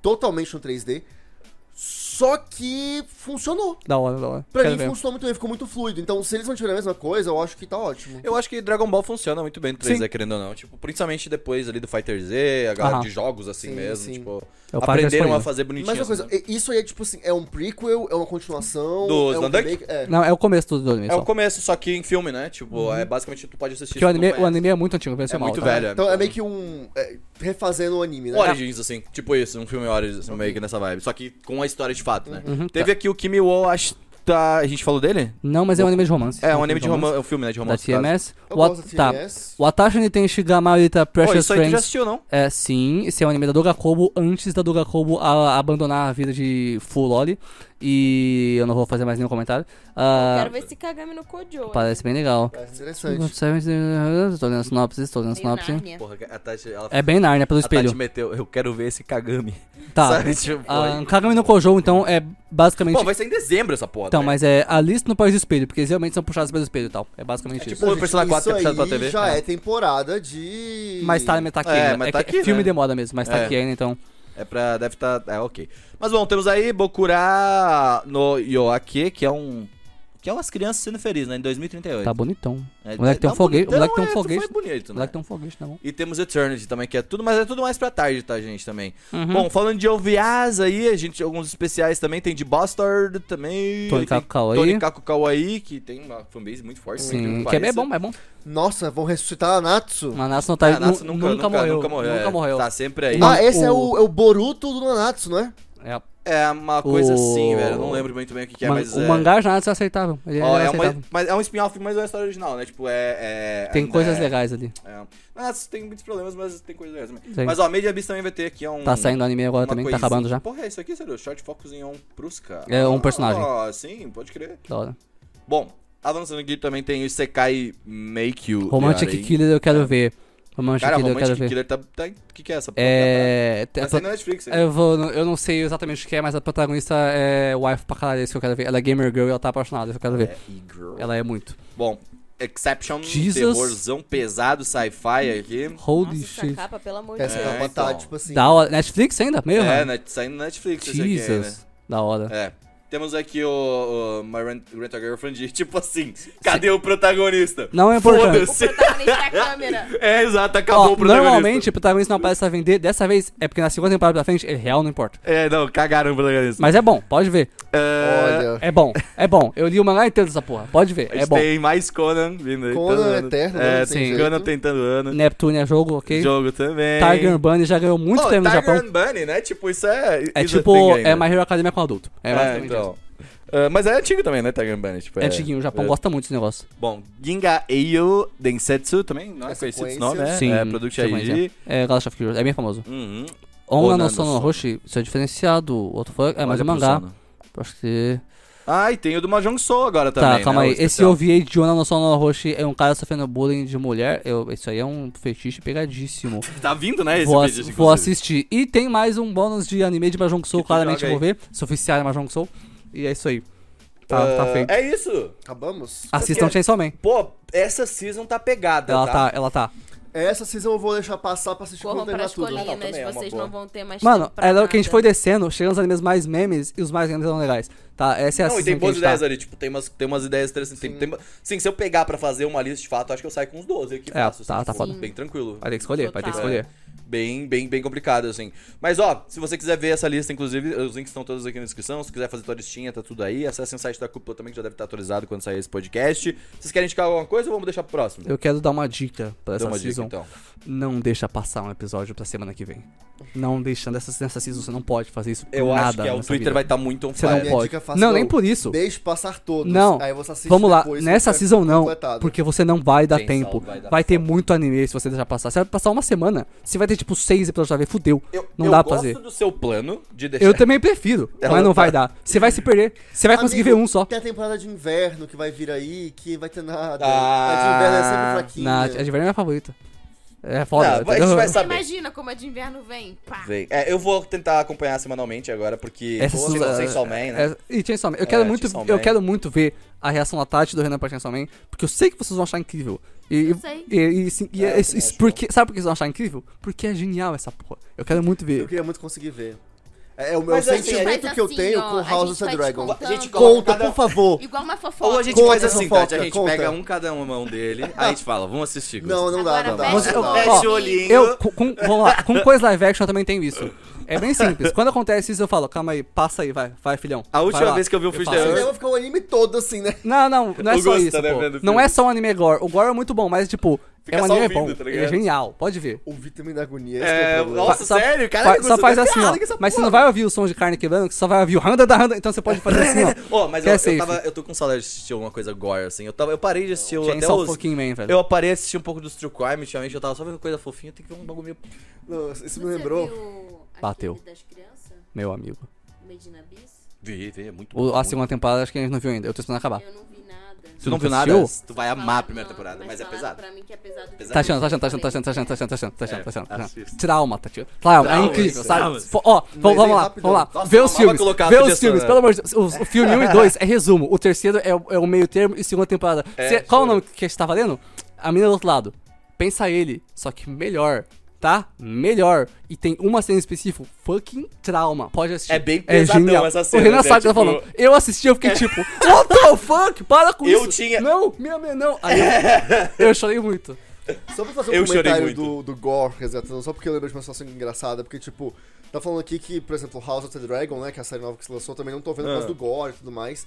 Totalmente no 3D. Só que funcionou.
Da hora, da hora.
Pra
Quero
mim
ver.
funcionou muito bem, ficou muito fluido. Então, se eles mantiverem a mesma coisa, eu acho que tá ótimo.
Eu acho que Dragon Ball funciona muito bem no 3D,
Sim.
querendo ou não. Tipo, principalmente depois ali do Fighter Z, a galera
Aham.
de jogos assim
Sim,
mesmo,
sim.
tipo...
É o Fighter
aprenderam a
escolhido.
fazer bonitinho.
Mas uma coisa,
assim.
né?
isso aí é tipo assim, é um prequel, é uma continuação.
Do
é um
Slandank?
remake, é.
Não, é o começo do anime
É
só.
o começo, só que em filme, né? Tipo, é basicamente tu pode assistir... tipo,
Porque o
se tu não
anime, o
conhece.
anime é muito antigo,
É
versão
muito
alta, né?
velho.
Então é meio que um. é, refazendo o anime, né?
é
Origins, assim. Uhum. Tá. Tipo isso, um filme Origins, assim, meio que nessa vibe. Só que com a história de fato, né? Teve aqui o Kimi wo Ash- tá. A gente falou dele?
Não, mas é um anime de romance.
É, um anime de romance. É um filme, né? De
Da
romance. no caso.
TMS.
Eu
Wa-
gosto assim, da
tá.
TMS.
Watashi Niten Shigamarita
Pô,
Precious
isso aí tu já
Friends.
assistiu, não?
É, sim, esse é um anime da Dogakobo antes da Dogakobo a, abandonar a vida de Full Loli. E eu não vou fazer mais nenhum comentário. Ah,
Quero ver se Kagami no Kojo.
parece bem legal.
Parece É interessante.
Tô lendo sinopse, tô lendo
Meio
um sinopse.
Nárnia.
Porra, a Tati, ela tá
É bem Narnia pelo
a Tati
espelho.
meteu. Eu quero ver esse Kagami.
Tá.
Sabe, tipo,
Ah,
aí-
Kagami no Kojo, então, é basicamente.
Pô, vai sair em dezembro essa porra.
Então,
né?
mas é a lista no País do Espelho, porque eles realmente são puxados pelo espelho e tal. É basicamente
tipo
isso.
o Persona 4 que é
isso
puxado
aí
pela TV.
já é temporada de...
Mas tá, mas tá aqui.
É,
ainda.
mas
É
tá
que
aqui,
filme
né?
demora mesmo, mas tá
É.
aqui ainda, então.
É pra. Deve estar. Tá, é ok. Mas bom, temos aí Bokura no Yoake, que é um. Que é umas crianças sendo felizes, né? Em 2038.
Tá bonitão.
É,
O moleque tem um
tá
foguete. O
bonitão,
moleque tem um
é,
foguete.
Foi bonito,
O
né?
moleque tem um foguete na mão.
E temos Eternity também, que é tudo, mas é tudo mais pra tarde, tá, gente, também.
Uhum.
Bom, falando de OVAs aí, a gente alguns especiais também, tem de Bastard também.
Tony
tem
Kaku Kawaii.
Tony Kaku Kawaii, que tem uma fanbase muito forte. Ah, por
Sim,
incrível
que é bem
pareça.
bom, é bom.
Nossa, vão ressuscitar a Natsu?
Nanatsu não tá...
Uhum. Ah, Natsu
nu- nunca, morreu. Nunca morreu.
é, Tá sempre aí.
Não,
Ah, esse é,
um- o-
o, é o Boruto do Nanatsu, não é?
É,
É uma coisa
O-
assim, velho. Eu não lembro muito bem o que, que é,
man-
mas.
o
é...
mangá já Nanatsu é aceitável. Ele
Ó,
é
é uma-
aceitável.
mas é um spin-off, mas é uma história original, né? Tipo, é. é-
Tem
ainda
coisas
é-
legais ali.
é. Mas tem muitos problemas, mas tem coisas legais também.
Sim.
Mas ó, Media Beast também vai ter aqui é um.
Tá saindo anime agora
uma
também,
coisinha.
tá acabando já.
Porra, é isso aqui, sério? Short Focus em um Prusca.
É um
Ah,
personagem.
sim, pode crer.
Da hora.
Bom, avançando aqui também tem o Sekai Make You.
Romantic Killer eu quero ver. Romantic
Cara,
Killer eu quero
Romantic
ver.
Killer tá. tá- O que, que é essa porra?
É... tem-
Tá saindo na Netflix, hein?
Eu, vou, eu não sei exatamente o que é, mas a protagonista é wife pra caralho, é isso que eu quero ver. Ela é gamer girl e ela tá apaixonada, isso que eu quero ver.
e-girl.
Ela é muito.
Bom, Exception,
Jesus.
terrorzão pesado, sci-fi aqui.
Holy
Nossa, essa
shit.
capa, pelo amor de
Essa
É,
é, capa
então.
tá, tipo assim...
Da hora. Netflix ainda? Meio?
É,
É,
né, saindo na Netflix esse aqui, né?
Jesus. Da hora.
É. Temos aqui o, o My Rent, Rent a Girlfriend, *laughs* e, tipo assim, cadê o protagonista?
Não é importante.
Foda-se.
protagonista
*laughs*
é a câmera.
É, exato, acabou
Ó,
o protagonista.
normalmente o protagonista não aparece pra vender, dessa vez é porque na segunda temporada pra frente ele real não importa.
É, não, cagaram o protagonista.
Mas é bom, pode ver.
É,
Olha...
É bom, é bom. Eu li o mangá inteiro dessa porra, pode ver,
a
é
gente
bom.
tem mais Conan vindo aí.
Conan
todo ano.
eterno, né,
É,
não
tem
sim.
jeito.
Conan tentando ano.
Neptune é jogo, ok?
Jogo também.
Tiger Bunny já ganhou muito
oh,
tempo no
Tiger
Japão.
and Bunny, né? Tipo, isso é.
É
isso
tipo,
tem ainda.
é My Hero Academia com adulto. É,
É,
basicamente
então.
isso.
Ah, mas é antigo também, né? Tiger and Bunny. Tipo,
É antiguinho, o Japão
é.
gosta muito desse negócio.
Bom, Ginga Eio Densetsu também, não é
É
conhecido esse
sequência.
nome, né?
Sim,
É, Product
sequência.
IG.
É Galaxy of Heroes, é bem famoso.
Uhum. Ou
Onla no
Nano
Sono
Sono.
Roshi, isso é diferenciado. Outro fã, é mais
Olha
um
pro
mangá.
sono.
Acho que.
Ah, e tem o do Mahjong Soul agora também.
Tá,
né?
calma
O
aí. Esse
especial.
OVA de Ona no Sono Roshi é um cara sofrendo bullying de mulher. Eu, isso aí é um fetiche pegadíssimo.
Tá vindo, né? *laughs* Esse
vou,
vídeo,
ass-
inclusive.
vou assistir. E tem mais um bônus de anime de Mahjong Soul,
Que tu
claramente
joga
vou ver. Sou oficial em Mahjong Soul. E é isso aí. Tá,
Ah,
tá feito.
É isso.
Acabamos?
Assistam
porque-
Chainsaw Man.
Pô, essa season tá pegada,
Ela tá, ela tá.
Essa season eu vou deixar passar pra assistir
Corram
quando
pras
terminar tudo.
Ah, não,
colinas,
também é uma
vocês
boa.
não vão ter mais
Mano,
tempo pra
era o que a gente
nada.
foi descendo, chegando nos animes mais memes e os mais memes eram legais. Tá, essa é a
Não, e tem
season que a
boas
gente tá.
ideias ali, tipo, tem umas, tem umas ideias interessantes. Tem, tem, sim, se eu pegar pra fazer uma lista de fato, acho que eu saio com uns 12 aqui.
É,
faço,
tá-
assim,
tá
tipo,
foda.
Bem tranquilo.
Vai ter que escolher, vai ter que
Total.
escolher.
Bem, bem, bem complicado, assim. Mas, ó, se você quiser ver essa lista, inclusive, os links estão todos aqui na descrição. Se quiser fazer tua listinha, tá tudo aí. Acessem o site da Cúpula também, que já deve estar atualizado quando sair esse podcast. Vocês querem indicar alguma coisa ou vamos deixar pro próximo?
Eu quero dar uma dica pra essa
Dá uma dica,
season.
então.
Não deixa passar um episódio pra semana que vem. Não deixa, nessa, nessa season você não pode fazer isso por
Eu
nada
acho que é, o
nessa
Twitter
vida.
vai estar muito on
Você
fire.
não
Minha
pode.
dica é fácil,
não,
não.
nem por isso.
Deixa passar todos.
Não.
Aí você assiste
Vamos lá,
depois,
nessa
é
quando tiver
season não,
completado.
porque você não vai dar
Sem
tempo.
saldo, vai dar
vai ter
foda.
muito anime se você deixar passar. Você vai passar uma semana, você vai ter tipo seis episódios pra ver, fudeu.
Eu,
não
eu
dá pra
gosto
fazer.
do seu plano de deixar.
Eu também prefiro,
Ela
mas não
não
vai dar. Você vai se perder, você vai conseguir ver
Amigo,
um só.
Tem a temporada de inverno que vai vir aí, que vai ter nada.
Ah.
a de inverno é sempre fraquinha.
Na, a de verão é minha favorita. É
Não,
foda.
a gente
entendeu?
vai
*laughs*
saber.
Imagina como a de inverno vem. Pá.
Vem. É, eu vou tentar acompanhar semanalmente agora, porque
Essa
pô,
season-
sem Soul Man, né?
É, e Chainsaw Man. Eu quero,
É,
muito,
Chainsaw
eu
Man.
quero muito ver a reação da Tati do Renan pra Chainsaw Man, porque eu sei que vocês vão achar incrível. E,
Eu sei.
E, e, sim, e
É,
é
eu
isso-
também
isso
acho
porque, sabe por que vocês vão achar incrível? Porque é genial essa porra. Eu quero muito ver.
Eu queria muito conseguir ver. É, é o meu
Mas, assim,
sentimento
faz
que eu
assim,
tenho
ó,
com
a
House
gente
of the
vai te
Dragon.
contando.
A gente coloca
Conta,
cada-
por favor.
Igual uma fofoca.
Ou a gente
Conta,
faz assim,
fofoca,
Tati, a gente
conta.
pega um cada uma mão dele, aí a gente fala, vamos assistir. *laughs*
Não, não dá,
Agora
não dá.
vai-
não
Você-
dá.
ó,
Fecha o olhinho.
Eu, com, com- vamos lá, com coisa live action eu também tenho isso. É bem simples. Quando acontece isso, eu falo, calma aí, passa aí, vai, vai, filhão.
A última
Vai lá.
vez que eu vi um o
faço
Fugitive-
isso.
O cinema ficou o anime todo assim, né?
Não, não, não é
Eu
só
gosto,
isso,
né,
pô.
vendo o filme.
Não é só um anime gore. O gore é muito bom, mas, tipo,
Fica
é um
só
anime
ouvindo,
bom.
tá
Ele é
ligado?
genial, pode ver.
Ouvir também da agonia. esse que
É,
o problema.
nossa,
Fa- só-
sério?
fa-
Cara,
só faz assim, ó. Mas você não vai ouvir o som de carne quebrando, que você só vai ouvir o randa da randa. Então você pode fazer assim, ó.
*laughs* Ó, mas
que
eu,
é
eu,
safe.
tava, eu tô com saudade de assistir alguma coisa gore, assim. Eu, tava, eu parei de assistir até
Chainsaw
os...
fucking man, um velho.
Eu parei de assistir um pouco dos True Crime, ultimamente eu tava só vendo coisa fofinha, tem que ver um bagulho meio...
Não, isso me lembrou.
Bateu.
das crianças?
Meu amigo.
Medina Bis?
Vê, vê, é muito
O- assim, a segunda temporada acho que a gente não viu ainda. Eu tô esperando acabar.
Eu não vi nada.
Tu
Você
não viu nada?
assistiu?
Tu vai amar a primeira temporada, mas, é
falaram
pesado.
Pra mim que é pesado.
Pesado. É,
Tá achando, tá achando, tá achando, tá achando, tá achando, tá achando, tá achando, tá achando, tá achando, tá achando.
assista.
Trauma, tá achando. Trauma, é
Traumas,
incrível, sabe?
traumas.
Fo- Ó,
Mas
vamos, vamos
aí,
lá,
rapidão.
vamos lá.
Nossa,
Vê
não
os
vai
filmes,
colocar a
vê
trilha
os filmes,
sonora.
pelo amor de Deus. Os- O filme 1 e 2 é resumo, o terceiro é, o- é o meio termo e segunda temporada.
É,
Cê- qual o nome que a gente tá valendo? A Mina do Outro Lado. Pensa ele, só que melhor, tá? Melhor. E tem uma cena específica, fucking trauma. Pode assistir.
É bem pesadão
genial.
essa cena,
O Renan
né?
Sato tá
Tipo- é.
falando, eu assisti, eu fiquei tipo, what the fuck? Para com
Eu
isso.
tinha-
Não, minha, minha, não. Aí
*laughs*
eu, eu chorei muito.
Só pra fazer um
Eu chorei
comentário
muito.
do, do Gore, resgatando, só porque eu lembro de uma situação engraçada, porque, tipo, tá falando aqui que, por exemplo, House of the Dragon, né, que é a série nova que se lançou, também não tô vendo por
Ah.
causa do Gore e tudo mais.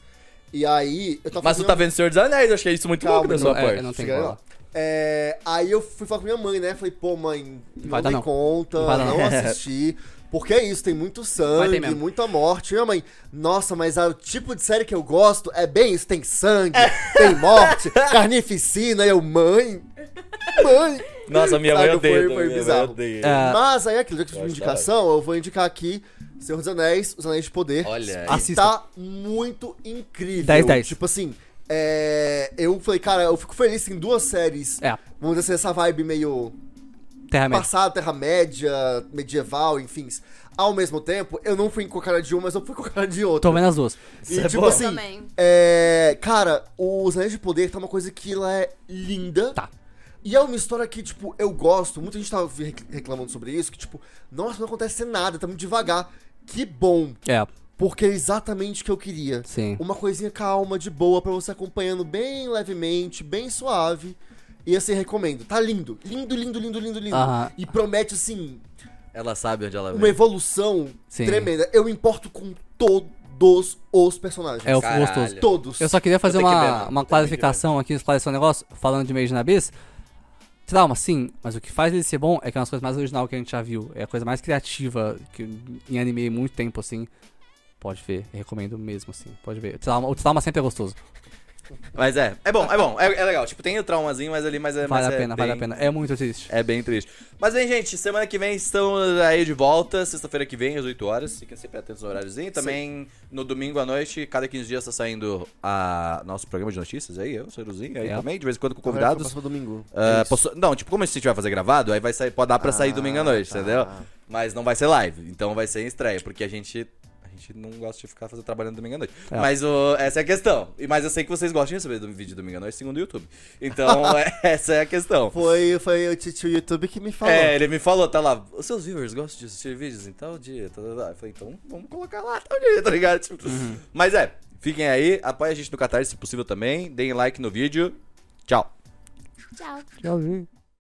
E aí, eu tava
Mas tu
falando-
tá vendo Senhor dos Anéis, eu achei isso muito
Calma,
louco da
não,
sua
é,
parte.
não tem
Chega
como.
lá. É, aí eu fui falar com minha mãe, né? Falei, pô, mãe, não
Vai dar
dei
não.
conta,
Vai dar
não,
não.
assisti. Porque é isso, tem muito
Vai ter
sangue,
mesmo.
muita morte. Minha mãe, nossa, mas ah, o tipo de série que eu gosto é bem isso: tem sangue, tem morte, carnificina. Eu, mãe, mãe.
Nossa, minha
Sabe,
mãe
foi-
odeia.
foi
também, minha mãe
bizarro.
odeia.
É.
Mas aí, aquilo, já que eu tive
Eu acho
indicação, eu vou indicar aqui Senhor dos Anéis, Os Anéis de Poder.
Olha aí.
Que
Assista.
Tá muito incrível.
10, 10.
Tipo assim, é, eu falei, cara, eu fico feliz em duas séries.
É,
Vamos dizer assim, essa vibe meio
Terra-média.
passado, Terra-média, medieval, enfim. Ao mesmo tempo, eu não fui com a cara de uma, mas eu fui com a cara de outra.
Tô vendo as duas.
E
é
tipo
bom.
assim,
Também.
é, cara, os Anéis de Poder tá uma coisa que ela é linda.
Tá.
E é uma história que, tipo, eu gosto. Muita gente tava re- reclamando sobre isso, que tipo, nossa, não acontece nada, tá muito devagar. Que bom,
É,
porque é exatamente o que eu queria.
sim.
Uma coisinha calma, de boa, pra você acompanhando bem levemente, bem suave. E assim, recomendo. Tá lindo. Lindo, lindo, lindo, lindo, lindo.
Aham. Tá
E promete, assim,
Ela sabe onde ela
uma
vem.
evolução
Sim.
tremenda. Eu me importo com todos os personagens.
É o
Caralho.
gostoso.
Todos.
Eu só queria fazer
tenho que ver,
uma,
mano.
uma
Eu tenho que ver.
clarificação aqui, esclarecer um negócio, falando de Made na Bis. Trauma, sim, mas o que faz ele ser bom é que é uma das coisas mais original que a gente já viu. É a coisa mais criativa que em anime há muito tempo, assim. Pode ver, eu recomendo mesmo, assim. Pode ver. O trauma, o trauma sempre é gostoso.
Mas é, é bom, é bom, é, é legal. Tipo, tem o traumazinho, mas ali, mas é
Vale
mas
a
é
pena,
bem-
vale a pena. É muito triste.
É bem triste. Mas bem, gente, semana que vem estamos aí de volta. Sexta-feira que vem, às 8 horas. Fiquem sempre atentos ao horáriozinho. Também no domingo à noite, cada 15 dias tá saindo a nosso programa de notícias aí, eu, Ceruzinho, aí
É.
também, de vez em quando com
Na verdade,
convidados.
foi próximo domingo.
Ah, posso- Não, tipo, como a gente vai fazer gravado, aí vai sair, pode dar pra sair
Ah,
domingo à noite,
tá.
entendeu? Mas não vai ser live, então vai ser em estreia, porque a gente. A gente não gosta de ficar fazendo trabalhando domingo à noite.
É.
Mas o- essa é a questão. E- Mas eu sei que vocês gostam de receber do- vídeo domingo à noite, segundo o YouTube. Então, é- essa é a questão.
Foi, foi o tio YouTube que me falou.
É, ele me falou, tá lá, os seus viewers gostam de assistir vídeos em tal dia, tá, tá, tá. Eu falei, então vamos colocar lá tal dia, tá ligado? Tipo, Mas é, fiquem aí, apoiem a gente no Catarse se possível também, deem like no vídeo. Tchau.
Tchau.
Tchauzinho.